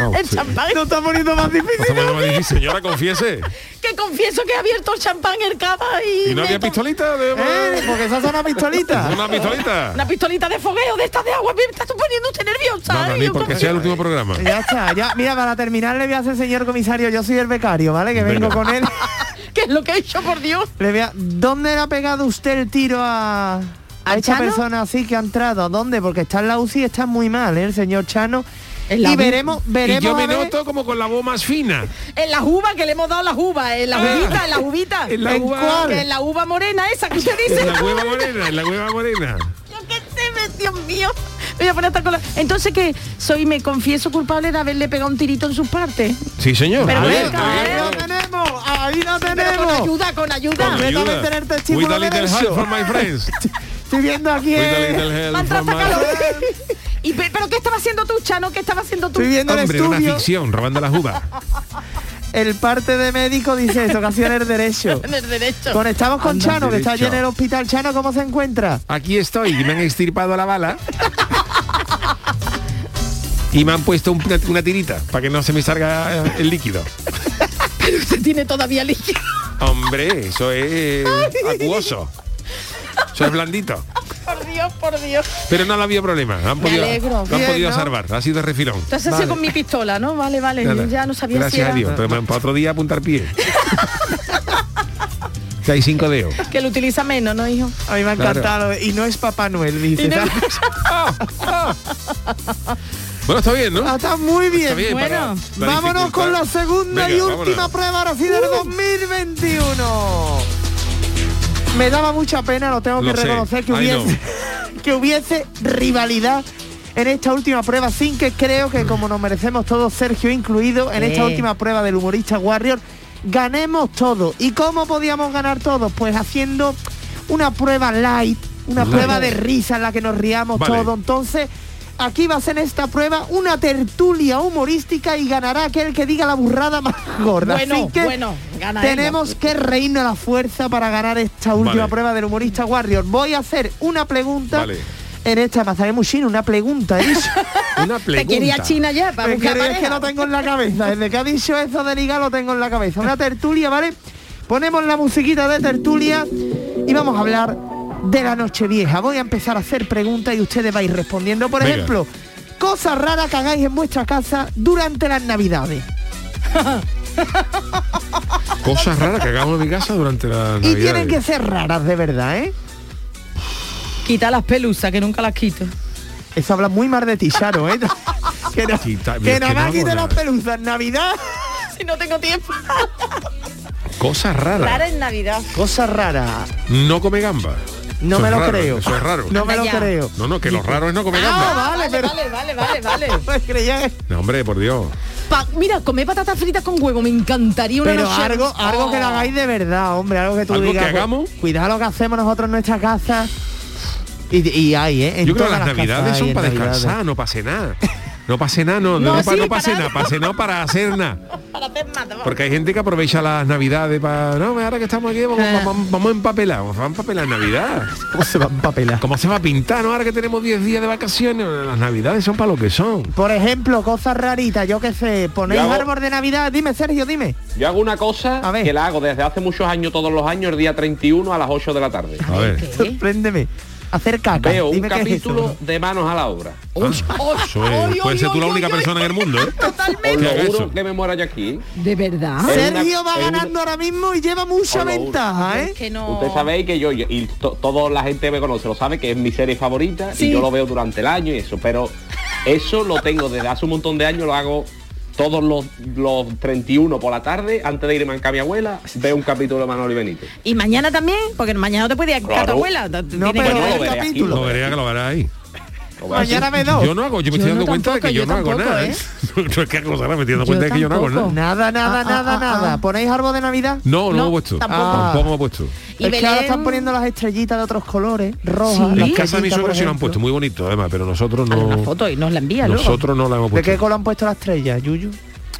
S2: Ah,
S6: el
S2: sí.
S6: champán.
S7: No está poniendo más difícil.
S2: Está poniendo más difícil. Señora, confiese.
S6: Que confieso que he abierto el champán el cava y...
S2: ¿Y no
S6: me
S2: había
S6: to-
S2: pistolita? De...
S7: Eh, porque esa es una pistolita.
S2: ¿Una pistolita?
S6: Una pistolita de fogueo de estas de agua. Me está poniendo usted nerviosa.
S2: No, no,
S6: ¿eh?
S2: ni
S6: Yo
S2: porque
S6: como-
S2: sea el último programa.
S7: Ya está, ya. Mira, para terminar le voy a hacer, señor comisario, yo soy el becario, ¿vale? Que vengo
S2: Venga.
S7: con él.
S6: ¿Qué es lo que he hecho, por Dios?
S7: Le voy a- ¿Dónde le ha pegado usted el tiro a, a esta
S6: Chano?
S7: persona así que ha entrado? ¿Dónde? Porque está en la UCI, está muy mal, ¿eh? el señor Chano.
S6: En la
S7: Y
S6: U-
S7: veremos, veremos.
S2: y yo me
S7: a ver-
S2: noto como con la voz más fina.
S6: En las uvas que le hemos dado las uvas, en las
S2: Ah.
S6: uvitas, en las uvitas.
S2: En la
S6: ¿En
S2: uva-
S6: cuál? Que En la uva morena esa que usted dice.
S2: En la hueva morena, en la hueva morena.
S6: Yo qué sé, me- Dios mío. Me voy a poner esta cola. Entonces que soy, me confieso culpable de haberle pegado un tirito en sus partes.
S2: Sí, señor.
S6: Pero
S2: Muy bien,
S6: venga,
S2: muy bien.
S7: Ahí lo tenemos, ahí
S6: Pero
S7: lo
S6: con
S7: tenemos.
S6: ayuda, con ayuda.
S2: Con ayuda.
S7: Completamente en el testículo
S2: With a little
S7: derecho.
S2: help from my friends.
S7: Estoy viendo aquí.
S2: With a
S7: eh,
S2: little help
S6: Mantra,
S2: from my
S6: sácalo. Y pe- pero qué estaba haciendo tú, Chano? ¿Qué estaba haciendo tú?
S7: Estoy viendo el
S2: Hombre, una
S7: estudio.
S2: ficción, robando las uvas.
S7: El parte de médico dice eso, que ha sido en el derecho.
S6: En el derecho.
S7: Conectamos con
S2: Anda,
S7: Chano, que está allí
S2: derecho.
S7: en el hospital. Chano, ¿cómo se encuentra?
S2: Aquí estoy, y me han extirpado la bala. Y me han puesto un- una, una tirita para que no se me salga eh, el líquido.
S6: Pero usted tiene todavía líquido.
S2: Hombre, eso es acuoso. Eso es blandito.
S6: Por Dios, por Dios.
S2: Pero no ha habido problema. Han
S6: Me
S2: podido,
S6: alegro.
S2: lo han
S6: Bien,
S2: podido
S6: ¿no?
S2: salvar. Ha sido refilón.
S6: Te has hecho con mi pistola, ¿no? Vale, vale.
S2: Nada.
S6: Ya no sabía
S2: Gracias
S6: si era-
S2: a Dios. Pero para otro día apuntar pie. que hay cinco dedos.
S6: Que lo utiliza menos, ¿no, hijo?
S7: A mí me ha
S2: Claro.
S7: encantado. Y no es Papá Noel, dice.
S6: Y no-
S7: ¿sabes?
S2: Bueno, está bien, ¿no?
S7: Ah, está muy bien.
S2: Está bien,
S7: bueno,
S2: para la
S7: vámonos con la
S2: dificultad.
S7: segunda y
S2: Venga,
S7: última
S2: vámonos.
S7: prueba, ahora sí, del
S2: Uh.
S7: 2021. Me daba mucha pena, lo tengo
S2: Lo
S7: que
S2: sé,
S7: reconocer, que
S2: I
S7: hubiese, que hubiese rivalidad en esta última prueba, sin que creo que como nos merecemos todos, Sergio incluido, en esta
S6: Eh.
S7: última prueba del humorista Warrior, ganemos todo. ¿Y cómo podíamos ganar todos? Pues haciendo una prueba light, una
S2: Light.
S7: prueba de risa en la que nos riamos
S2: Vale.
S7: todos. Entonces, Aquí va a ser esta prueba una tertulia humorística y ganará aquel que diga la burrada más gorda.
S6: Bueno,
S7: Así que
S6: bueno, gana él.
S7: tenemos que reírnos a la fuerza para ganar esta última
S6: Vale.
S7: prueba del humorista Warrior. Voy a hacer una pregunta.
S2: Vale.
S7: En esta mazaré muchín, una pregunta, ¿eh?
S2: Una
S6: Te quería pregunta. China ya para
S7: Me
S6: buscar
S7: quería- Es
S6: pareja.
S7: que lo tengo en la cabeza. Desde que ha dicho eso de ligar lo tengo en la cabeza. Una tertulia, ¿vale? Ponemos la musiquita de tertulia y vamos a hablar de la noche vieja. Voy a empezar a hacer preguntas y ustedes vais respondiendo. Por
S5: Venga.
S7: ejemplo, cosas raras que hagáis en vuestra casa durante las navidades.
S2: Cosas raras que hagamos en mi casa durante la
S7: Y
S2: Navidad.
S7: tienen que ser raras de verdad, ¿eh?
S6: Quita las pelusas, que nunca las quito.
S7: Eso habla muy mal de ti, Charo, ¿eh? que no-
S2: Quita-
S7: que
S2: es
S7: nada
S2: que
S7: más
S2: no,
S7: quiten
S2: no.
S7: las pelusas en Navidad.
S6: si no tengo tiempo.
S2: Cosas raras.
S6: Rara en Navidad.
S7: Cosas raras.
S2: No come gamba.
S7: No
S2: Eso
S7: me
S2: es
S7: lo
S2: raro,
S7: creo.
S2: Eso es raro.
S7: No me lo
S6: Anda ya.
S7: creo.
S2: No, no, que lo raro es no comer
S7: Ah,
S2: gamba.
S6: Ah, vale, vale, vale, vale, vale,
S7: Pues creía
S2: No, hombre, por Dios.
S6: Pa- mira, comer patatas fritas con huevo, me encantaría una
S7: Pero
S6: noche.
S7: algo, algo que lo
S6: Oh.
S7: hagáis de verdad, hombre, algo que tú
S2: ¿Algo
S7: digas.
S2: que
S7: pues,
S2: hagamos?
S7: Cuidado lo que hacemos nosotros en nuestra casa. Y, y hay, ¿eh? En
S2: Yo creo que
S7: todas
S2: las navidades
S7: casas hay
S2: son
S7: en
S2: para
S7: Navidades.
S2: descansar, no pase nada. No pase nada, no,
S7: No,
S2: no, pa-
S7: sí,
S2: no pase
S7: para
S2: nada, pase nada para hacer nada. Porque hay gente que aprovecha las navidades para. No, ahora que estamos aquí, vamos, vamos, vamos a empapelar, vamos a empapelar Navidad.
S7: ¿Cómo se va a empapelar?
S2: ¿Cómo se va a pintar? No, ahora que tenemos 10 días de vacaciones, las navidades son para lo que son.
S7: Por ejemplo, cosas raritas, yo qué sé, ponéis
S4: Yo hago-
S7: árbol de Navidad, dime Sergio, dime.
S4: Yo hago una cosa que la hago desde hace muchos años, todos los años, el día 31 a las 8 de la tarde.
S2: A ver.
S7: Sorpréndeme. Hacer caca.
S4: Veo un
S7: dime qué es eso.
S4: capítulo de manos a la obra.
S2: Ah, Eso es. Puedes ser tú la única persona en el mundo, ¿eh?
S4: Os
S2: Que haga
S4: lo
S2: eso.
S4: juro que me muera yo aquí.
S6: De verdad.
S4: Es
S7: Sergio
S4: una-
S7: va
S4: es una-
S7: ganando ahora mismo y lleva mucha
S4: Os lo juro.
S7: ventaja, ¿eh?
S4: Usted sabe que yo, yo- y to- toda la gente me conoce, lo sabe que es mi serie favorita
S7: Sí.
S4: y yo lo veo durante el año y eso, pero eso lo tengo desde hace un montón de años, lo hago todos los, los 31 por la tarde, antes de irme a mi abuela, veo un capítulo de Manolo y Benítez.
S6: Y mañana también, porque mañana no te puede ir a tu
S4: Claro.
S6: abuela. t-
S4: No,
S6: tiene que
S4: pero
S6: ver
S4: no
S6: el
S4: lo veré aquí,
S6: capítulo.
S4: no.
S2: Lo veré que lo verá ahí.
S7: Mañana me dos.
S2: Yo no hago, yo me estoy
S7: Yo no
S2: dando cuenta de
S7: tampoco,
S2: que yo,
S7: yo
S2: no hago
S7: tampoco,
S2: nada.
S7: ¿eh?
S2: ¿eh? No es que cosa ahora me estoy dando cuenta de que yo no hago nada.
S7: Nada,
S6: Ah,
S7: nada, nada, nada. ¿Ponéis árbol de Navidad?
S2: No, no, lo he puesto.
S7: Tampoco.
S2: Tampoco me he puesto.
S7: Es que ahora están poniendo las estrellitas de otros colores, rojas.
S2: En
S7: las
S2: casa de mi
S7: estrellitas, por
S2: suegro sí lo han
S7: ejemplo.
S2: puesto, muy bonito además, pero nosotros no.
S6: Una foto y nos la envía luego.
S2: Nosotros no la hemos
S7: ¿De
S2: puesto.
S7: qué color han puesto la estrella, Yuyu?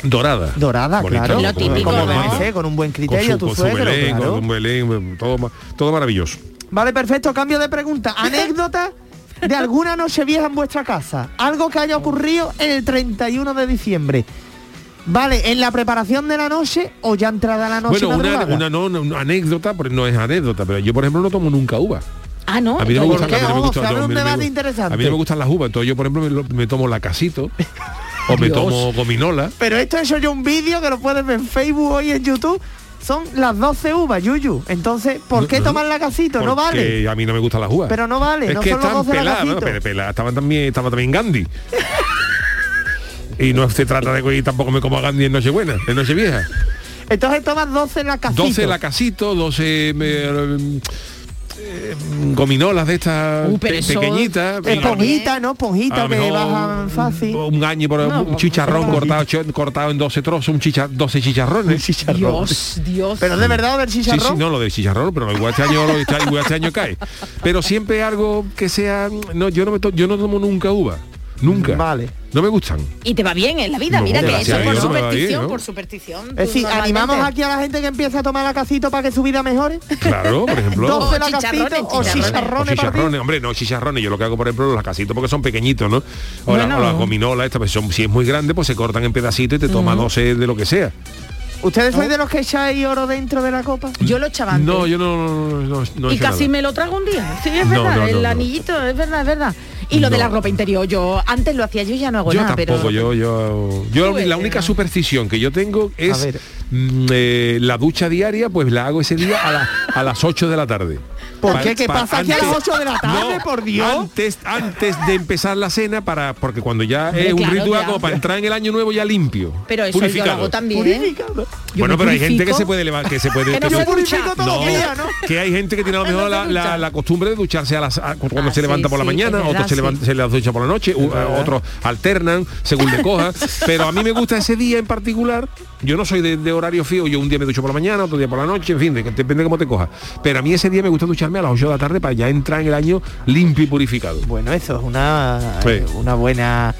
S2: Dorada.
S7: Dorada,
S2: Bonita,
S7: claro.
S2: con-
S7: Lo
S2: con-
S7: típico,
S2: con-
S7: ¿no?
S2: con-
S7: Con un buen criterio,
S2: con su-
S7: tu
S2: con su
S7: suegro,
S2: Belén,
S7: claro.
S2: con un Belén, todo, ma- todo maravilloso.
S7: Vale, perfecto. Cambio de pregunta. Anécdota de alguna noche vieja en vuestra casa. Algo que haya ocurrido el 31 de diciembre. Vale, en la preparación de la noche o ya entrada la noche.
S2: bueno, una,
S7: madrugada?
S2: una, no, una anécdota, pero no es anécdota, pero yo por ejemplo no tomo nunca uva.
S6: Ah, no.
S2: A mí no me
S7: ¿Por
S2: gustan,
S7: qué?
S2: a mí no me
S7: Ojo,
S2: gustan-
S7: se abre
S2: no,
S7: un
S2: me- me-
S7: debate
S2: me-
S7: interesante.
S2: A mí no me gustan las uvas, entonces yo por ejemplo me, lo- me tomo la casito o me
S7: Dios.
S2: tomo gominola.
S7: Pero esto he hecho yo un vídeo que lo puedes ver en Facebook hoy en YouTube. Son las 12 uvas, Yuyu. Entonces, ¿por qué tomar la casito? No vale.
S2: Porque a mí no me gustan las uvas.
S7: Pero no vale,
S2: Es
S7: no
S2: que
S7: son los
S2: están
S7: dos de la
S2: peladas,
S7: Gacito.
S2: bueno, pero peladas, estaban también, estaba también Gandhi. y no se trata de que tampoco me como a Gandhi en Nochebuena, en Nochevieja.
S7: Entonces tomas 12 en la casito.
S2: 12 la casito, 12 me- eh, em, gominolas de estas
S7: Uh,
S2: pe-
S7: pero eso-
S2: pequeñitas. venga,
S7: Esponjita, ¿no? Esponjita
S2: A lo
S7: que
S2: mejor
S7: bajan fácil.
S2: un gaño por
S7: No,
S2: un chicharrón cortado, cho- cortado en 12 trozos, un chicha, 12 chicharrones.
S6: Dios, Dios.
S7: Pero de verdad, del
S2: Sí,
S7: chicharrón.
S2: sí, no, lo del chicharrón, pero igual este año, lo- este- igual este año cae. Pero siempre algo que sea... No, yo no, me to- yo no tomo nunca uva. Nunca. Vale. No me gustan.
S6: Y te va bien en la vida,
S2: No,
S6: mira que
S2: gracias
S6: eso
S2: a
S6: por
S2: Dios me va
S6: superstición,
S2: bien, ¿no?
S6: por superstición.
S7: Es
S6: tú
S7: decir,
S6: normalmente-
S7: animamos aquí a la gente que empieza a tomar la casito para que su vida mejore.
S2: Claro, por ejemplo.
S7: 12 la casito o chicharrones.
S2: O chicharrones, hombre, no chicharrones. Yo lo que hago, por ejemplo, los casitos porque son pequeñitos, ¿no? O, la-
S7: Bueno.
S2: o las gominolas, estas, pues son, si es muy grande, pues se cortan en pedacitos y te toma 12 de lo que sea.
S7: ¿Ustedes sois de los que echáis oro dentro de la copa?
S6: Yo lo echaba
S2: No, yo no, no, no he
S6: y
S2: hecho
S6: casi
S2: nada.
S6: me lo trago un día. Sí, es
S2: No,
S6: verdad,
S2: no, no,
S6: el
S2: no.
S6: anillito, es verdad, es verdad. Y lo de
S2: No.
S6: la ropa interior, yo antes lo hacía, yo ya no hago
S2: Yo
S6: nada,
S2: tampoco,
S6: pero
S2: yo, yo, yo la única superstición que yo tengo es mm, eh, la ducha diaria, pues la hago ese día a, la- a las 8 de la tarde.
S7: ¿Por
S2: Pa-
S7: qué? ¿Qué
S2: pa-
S7: pasa aquí a las
S2: antes-
S7: 8 de la tarde,
S2: No,
S7: por Dios?
S2: Antes, antes de empezar la cena, para porque cuando ya
S6: Hombre,
S2: es un
S6: claro,
S2: ritual
S6: ya.
S2: como para entrar en el año nuevo ya limpio.
S6: pero eso yo lo
S2: purificado.
S6: hago también. Yo
S2: Bueno,
S6: me
S2: pero hay gente que
S6: purifico.
S2: se puede elevar, que se puede.
S6: Que no
S2: que
S6: se
S2: se-
S6: ducha.
S2: No, que hay gente que tiene a lo mejor la, la- la costumbre de ducharse a las, a- cuando se levanta por la
S17: sí,
S2: mañana,
S17: es verdad,
S2: otros se,
S17: sí.
S2: levantan, se las ducha por la noche, u- eh, otros alternan según le coja. pero a mí me gusta ese día en particular. Yo no soy de, de horario fijo, yo un día me ducho por la mañana, otro día por la noche, en fin, de- depende de cómo te coja. Pero a mí ese día me gusta escucharme a las 8 de la tarde para ya entrar en el año limpio y purificado.
S7: Bueno, eso es una, eh,
S2: Sí.
S7: una buena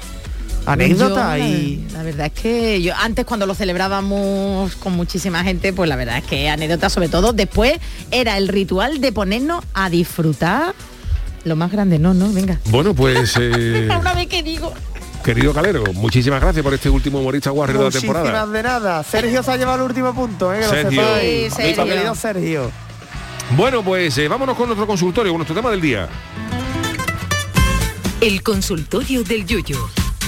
S7: anécdota
S6: Yo, la-
S7: y...
S6: La, verdad es que yo antes cuando lo celebrábamos con muchísima gente, pues la verdad es que anécdota sobre todo. Después era el ritual de ponernos a disfrutar lo más grande, no, no, venga.
S2: Bueno, pues eh,
S6: Una vez que digo.
S2: querido Calero, muchísimas gracias por este último humorista guarro de la temporada.
S7: Muchísimas de nada. Sergio se ha llevado el último punto, ¿eh? Que
S2: Sergio.
S7: lo sepáis.
S2: Sí,
S7: Nuestro
S2: Sergio.
S7: querido Sergio.
S2: Bueno, pues eh, vámonos con nuestro consultorio, con nuestro tema del día.
S1: El consultorio del Yuyu.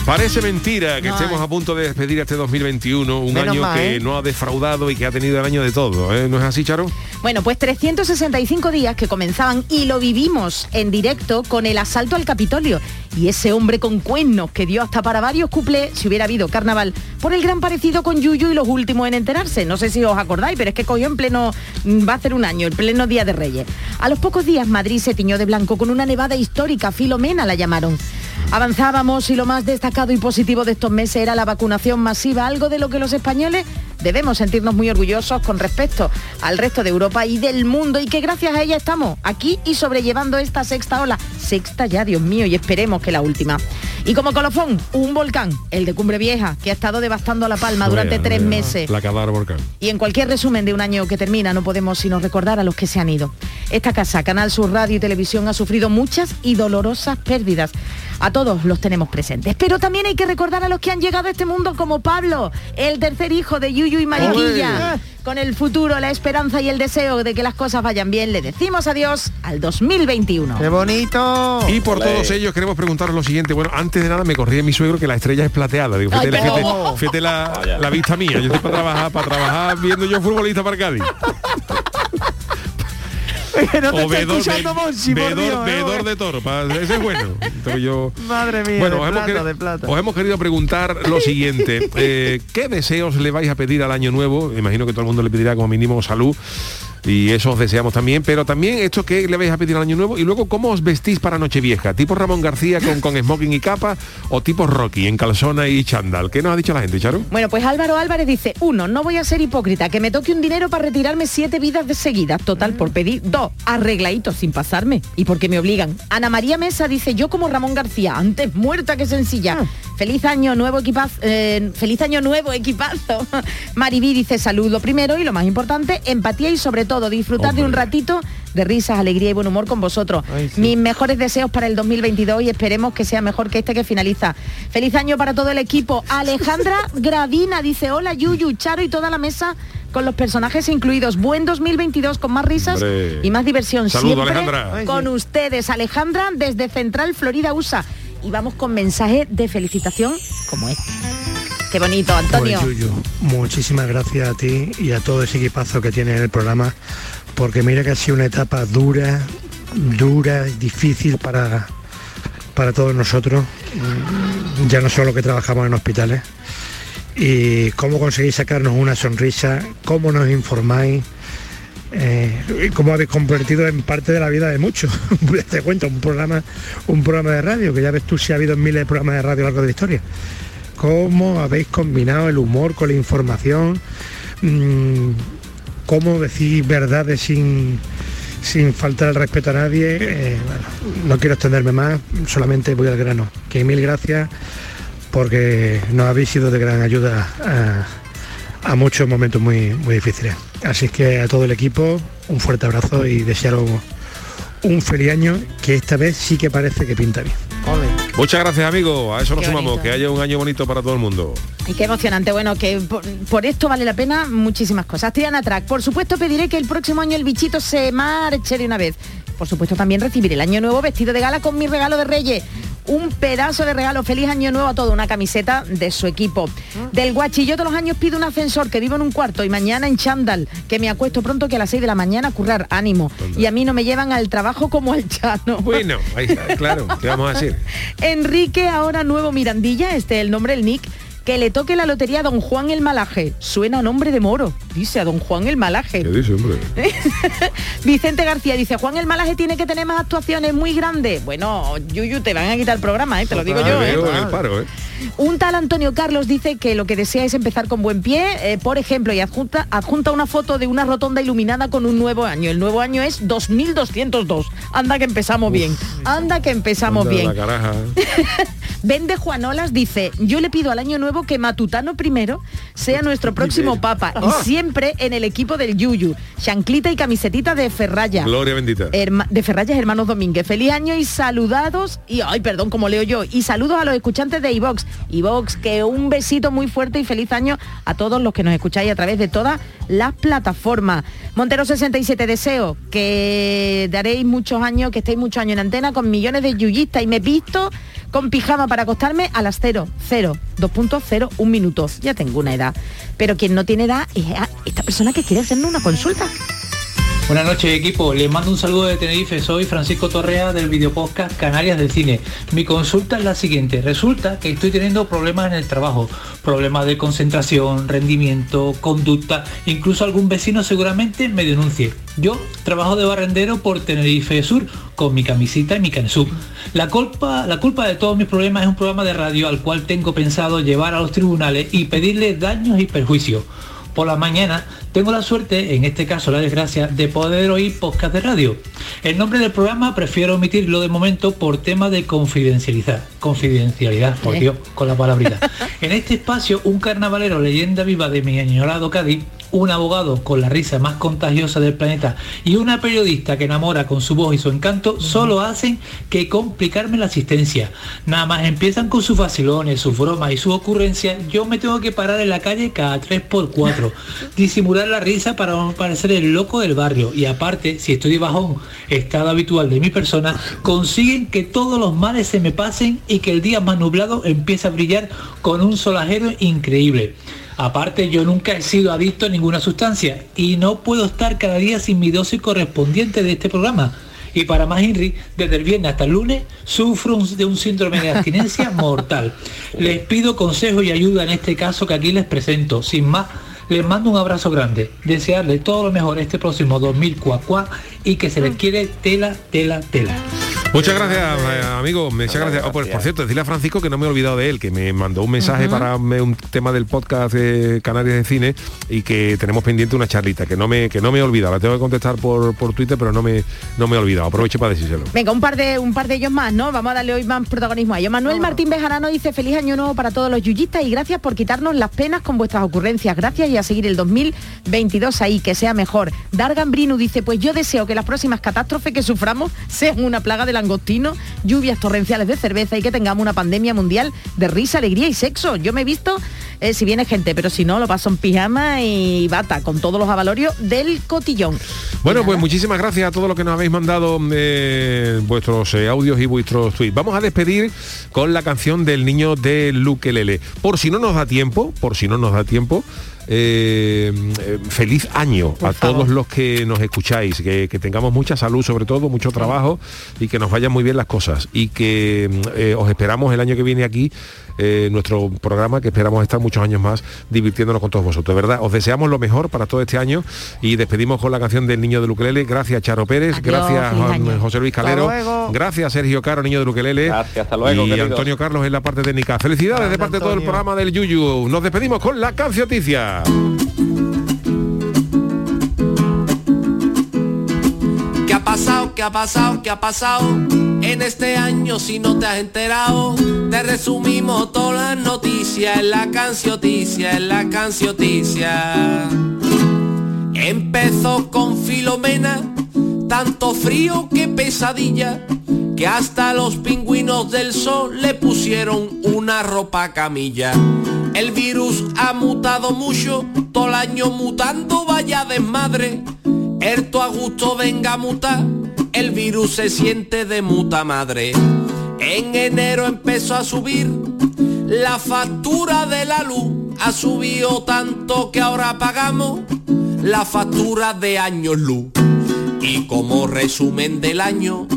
S2: Parece mentira que
S1: No,
S2: estemos a punto de despedir este 2021, un
S1: Menos
S2: año
S1: mal,
S2: que
S1: ¿eh?
S2: no ha defraudado y que ha tenido el año de todo, ¿eh? ¿no es así, Charo?
S6: Bueno, pues 365 días que comenzaban y lo vivimos en directo con el asalto al Capitolio. Y ese hombre con cuernos que dio hasta para varios cuplés si hubiera habido carnaval por el gran parecido con Yuyu y los últimos en enterarse. No sé si os acordáis, pero es que cogió en pleno, mm, va a ser un año, el pleno Día de Reyes. A los pocos días Madrid se tiñó de blanco con una nevada histórica, Filomena la llamaron. Avanzábamos y lo más destacado y positivo de estos meses era la vacunación masiva, algo de lo que los españoles debemos sentirnos muy orgullosos con respecto al resto de Europa y del mundo y que gracias a ella estamos aquí y sobrellevando esta sexta ola, sexta ya, Dios mío, y esperemos que la última. Y como colofón, un volcán, el de Cumbre Vieja, que ha estado devastando La Palma durante
S2: Vaya,
S6: tres
S2: vaya,
S6: meses.
S2: eh, La cavada del volcán.
S6: Y en cualquier resumen de un año que termina, no podemos sino recordar a los que se han ido. Esta casa, Canal Sur Radio y Televisión, ha sufrido muchas y dolorosas pérdidas. A todos los tenemos presentes. Pero también hay que recordar a los que han llegado a este mundo, como Pablo, el tercer hijo de Yuyu y Mariquilla. Con el futuro, la esperanza y el deseo de que las cosas vayan bien, le decimos adiós al 2021.
S7: ¡Qué bonito!
S2: Y por
S6: Ole.
S2: todos ellos queremos preguntaros lo siguiente. Bueno, antes de nada me corría mi suegro que la estrella es plateada. Digo, fíjate,
S6: Ay, pero
S2: fíjate-
S6: ¿cómo?
S2: fíjate la, la vista mía. Yo estoy para trabajar, para trabajar viendo yo futbolista para Cádiz.
S7: Que no te
S2: O
S7: está
S2: vedor,
S7: escuchando
S2: ve-
S7: Monchi, por
S2: vedor-
S7: Dios, ¿eh?
S2: vedor de toro. pa- ese es bueno. Entonces yo-
S7: Madre mía,
S2: bueno,
S7: de
S2: os hemos,
S7: plata,
S2: querido,
S7: de plata.
S2: os hemos querido preguntar lo siguiente. Eh, ¿Qué deseos le vais a pedir al año nuevo? Imagino que todo el mundo le pedirá como mínimo salud. Y eso os deseamos también, pero también esto que le vais a pedir al año nuevo y luego cómo os vestís para Nochevieja, tipo Ramón García con, con smoking y capa o tipo Rocky en calzona y chándal. ¿Qué nos ha dicho la gente, Charo?
S6: Bueno, pues Álvaro Álvarez dice, uno, no voy a ser hipócrita, que me toque un dinero para retirarme siete vidas de seguida, total por pedir. Dos, arregladitos sin pasarme y porque me obligan. Ana María Mesa dice, yo como Ramón García, antes muerta que sencilla. Feliz año nuevo equipazo, eh, feliz año nuevo equipazo. Maribí dice, salud lo primero y lo más importante, empatía y sobre todo disfrutar de un ratito de risas, alegría y buen humor con vosotros. Mis mejores deseos para el 2022 y esperemos que sea mejor que este que finaliza. Feliz año para todo el equipo. Alejandra Gravina dice, hola Yuyu, Charo y toda la mesa con los personajes incluidos. Buen 2022 con más risas
S2: Hombre.
S6: y más diversión.
S2: Saludo,
S6: Siempre
S2: Alejandra. Ay, sí.
S6: Con ustedes, Alejandra, desde Central Florida USA. Y vamos con mensaje de felicitación como este. Qué bonito, Antonio.
S11: Pues, Yuyu, muchísimas gracias a ti y a todo ese equipazo que tiene en el programa, porque mira que ha sido una etapa dura, dura, y difícil para, para todos nosotros, mm, ya no solo que trabajamos en hospitales, y cómo conseguís sacarnos una sonrisa, cómo nos informáis, eh, y cómo habéis convertido en parte de la vida de muchos. Ya Te cuento, un programa, un programa de radio, que ya ves tú si ha habido miles de programas de radio a lo largo de la historia. Cómo habéis combinado el humor con la información, mm, cómo decís verdades sin, sin faltar el respeto a nadie. Eh, bueno, no quiero extenderme más, solamente voy al grano. Que mil gracias porque nos habéis sido de gran ayuda a, a muchos momentos muy, muy difíciles. Así que a todo el equipo, un fuerte abrazo y desearos un feliz año que esta vez sí que parece que pinta bien.
S2: Muchas gracias, amigo. A eso nos
S6: Qué
S2: sumamos.
S6: bonito.
S2: Que haya un año bonito para todo el mundo.
S6: Y qué emocionante, bueno, que por, por esto vale la pena muchísimas cosas. Triana Track, por supuesto pediré que el próximo año el bichito se marche de una vez. Por supuesto también recibiré el año nuevo vestido de gala con mi regalo de Reyes. Un pedazo de regalo, feliz año nuevo a todo, una camiseta de su equipo. Del guachi, yo todos los años pido un ascensor, que vivo en un cuarto y mañana en chándal, que me acuesto pronto que a las 6 de la mañana a currar, ánimo. Y a mí no me llevan al trabajo como al chano.
S2: Bueno, ahí está, claro, ¿qué vamos a decir?
S6: Enrique, ahora nuevo Mirandilla, este es el nombre, el nick, que le toque la lotería a don Juan el Malaje. Suena a nombre de moro. dice a don Juan el Malaje.
S2: ¿Qué dice, hombre?
S6: Vicente García dice, Juan el Malaje tiene que tener más actuaciones muy grandes. Bueno, Yuyu, te van a quitar el programa, ¿eh? te lo digo yo. ¿eh?
S2: Veo en el paro, ¿eh?
S6: Un tal Antonio Carlos dice que lo que desea es empezar con buen pie, eh, por ejemplo, y adjunta, adjunta una foto de una rotonda iluminada con un nuevo año. El nuevo año es 2202. Anda que empezamos bien. Anda que empezamos
S2: Anda, La
S6: bien.
S2: caraja.
S6: Vende Juanolas dice, yo le pido al año nuevo que Matutano primero sea nuestro próximo papa y siempre en el equipo del Yuyu. Chanclita y camisetita de Ferraya.
S2: Gloria bendita.
S6: Herma- de Ferrayas Hermanos Domínguez. Feliz año y saludados. Y ay, perdón, como leo yo. Y saludos a los escuchantes de iVox. iVox, que un besito muy fuerte y feliz año a todos los que nos escucháis a través de todas las plataformas. Montero 67 deseo que daréis muchos años, que estéis muchos años en antena con millones de yuyistas y me visto con pijama para acostarme a las 0, 0, 2.0, un minuto. Ya tengo una edad. Pero quien no tiene edad es a esta persona que quiere hacerme una consulta.
S18: Buenas noches equipo, les mando un saludo de Tenerife, soy Francisco Torrea del videopodcast Canarias del Cine. Mi consulta es la siguiente, resulta que estoy teniendo problemas en el trabajo, problemas de concentración, rendimiento, conducta, incluso algún vecino seguramente me denuncie. Yo trabajo de barrendero por Tenerife Sur con mi camisita y mi canesú. La culpa, la culpa de todos mis problemas es un programa de radio al cual tengo pensado llevar a los tribunales y pedirles daños y perjuicios por la mañana tengo la suerte, en este caso la desgracia, de poder oír podcast de radio. El nombre del programa prefiero omitirlo de momento por tema de confidencialidad. Confidencialidad, por
S19: Eh.
S18: Dios, con la palabrita. En este espacio, un carnavalero leyenda viva de mi añorado Cádiz, un abogado con la risa más contagiosa del planeta y una periodista que enamora con su voz y su encanto solo hacen que complicarme la asistencia. Nada más empiezan con sus vacilones, sus bromas y sus ocurrencias, yo me tengo que parar en la calle cada 3x4, disimular la risa para no parecer el loco del barrio y aparte, si estoy de bajón, estado habitual de mi persona, consiguen que todos los males se me pasen y que el día más nublado empiece a brillar con un solajero increíble. Aparte, yo nunca he sido adicto a ninguna sustancia y no puedo estar cada día sin mi dosis correspondiente de este programa. Y para más Henry, desde el viernes hasta el lunes, sufro un- de un síndrome de abstinencia mortal. Les pido consejo y ayuda en este caso que aquí les presento. Sin más, les mando un abrazo grande. Desearle todo lo mejor este próximo 2004 y que se les quiere tela, tela, tela.
S2: Muchas gracias, eh, amigo. Muchas gracias. Oh, por, por cierto, decirle a Francisco que no me he olvidado de él, que me mandó un mensaje
S20: Ujú.
S2: para me- un tema del podcast de Canarias de Cine y que tenemos pendiente una charlita, que no me, que no me he olvidado. La tengo que contestar por, por Twitter, pero no me, no me he olvidado. Aprovecho para decírselo.
S6: Venga, un par de un par de ellos más, ¿no? Vamos a darle hoy más protagonismo a ellos. Manuel Martín Bejarano dice feliz año nuevo para todos los yuyistas y gracias por quitarnos las penas con vuestras ocurrencias. Gracias y a seguir el 2022 ahí, que sea mejor. Dargan Brinu dice, pues yo deseo que las próximas catástrofes que suframos sean una plaga de langostinos, lluvias torrenciales de cerveza y que tengamos una pandemia mundial de risa, alegría y sexo. Yo me he visto, eh, si viene gente, pero si no, lo paso en pijama y bata, con todos los avalorios del cotillón.
S2: Bueno, pues muchísimas gracias a todos los que nos habéis mandado eh, vuestros eh, audios y vuestros tweets. Vamos a despedir con la canción del niño de Luquelele. Por si no nos da tiempo, por si no nos da tiempo. eh, eh, feliz año a todos los que nos escucháis, que, que tengamos mucha salud sobre todo, mucho trabajo y que nos vayan muy bien las cosas y que mm, eh, os esperamos el año que viene aquí, eh, nuestro programa que esperamos estar muchos años más divirtiéndonos con todos vosotros, de ¿verdad? Os deseamos lo mejor para todo este año y despedimos con la canción del Niño de Luquelele. Gracias Charo Pérez, gracias
S8: feliz
S2: Juan-
S8: año.
S2: José Luis
S8: Hasta
S2: Calero,
S8: luego.
S2: gracias Sergio Caro, Niño de Luquelele hasta
S8: luego,
S2: y
S8: queridos.
S2: Antonio Carlos en la parte técnica. Felicidades de parte de todo el programa del Yuyu. Nos despedimos con la cancioticia.
S10: ¿Qué ha pasado? ¿Qué ha pasado? ¿Qué ha pasado? En este año si no te has enterado, te resumimos todas las noticias en la cancioticia, en la cancioticia. Empezó con Filomena, tanto frío que pesadilla, que hasta los pingüinos del sol le pusieron una ropa camilla. El virus ha mutado mucho, todo el año mutando vaya desmadre. Erto a gusto venga a mutar, el virus se siente de muta madre. En enero empezó a subir la factura de la luz, ha subido tanto que ahora pagamos la factura de años luz. Y como resumen del año,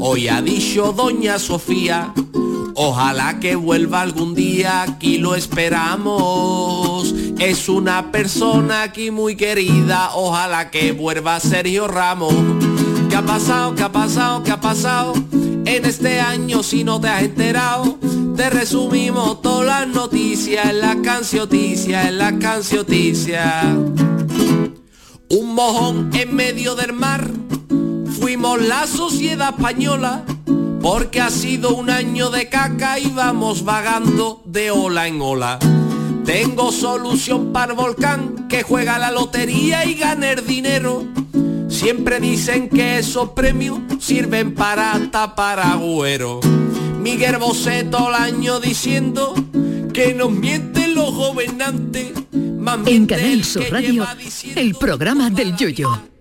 S10: hoy ha dicho Doña Sofía, ojalá que vuelva algún día, aquí lo esperamos. Es una persona aquí muy querida, ojalá que vuelva Sergio Ramos. ¿Qué ha pasado? ¿Qué ha pasado? ¿Qué ha pasado? En este año si no te has enterado, te resumimos todas las noticias en la cancioticia, en la cancioticia. Un mojón en medio del mar, fuimos la sociedad española, porque ha sido un año de caca y vamos vagando de ola en ola. Tengo solución para el volcán que juega la lotería y gana el dinero. Siempre dicen que esos premios sirven para tapar agüero. Miguel Bosé todo el año diciendo que nos mienten los gobernantes. más
S1: En
S10: miente
S1: Canal
S10: el
S1: Sur
S10: que
S1: Radio,
S10: lleva diciendo
S1: el programa del yoyo.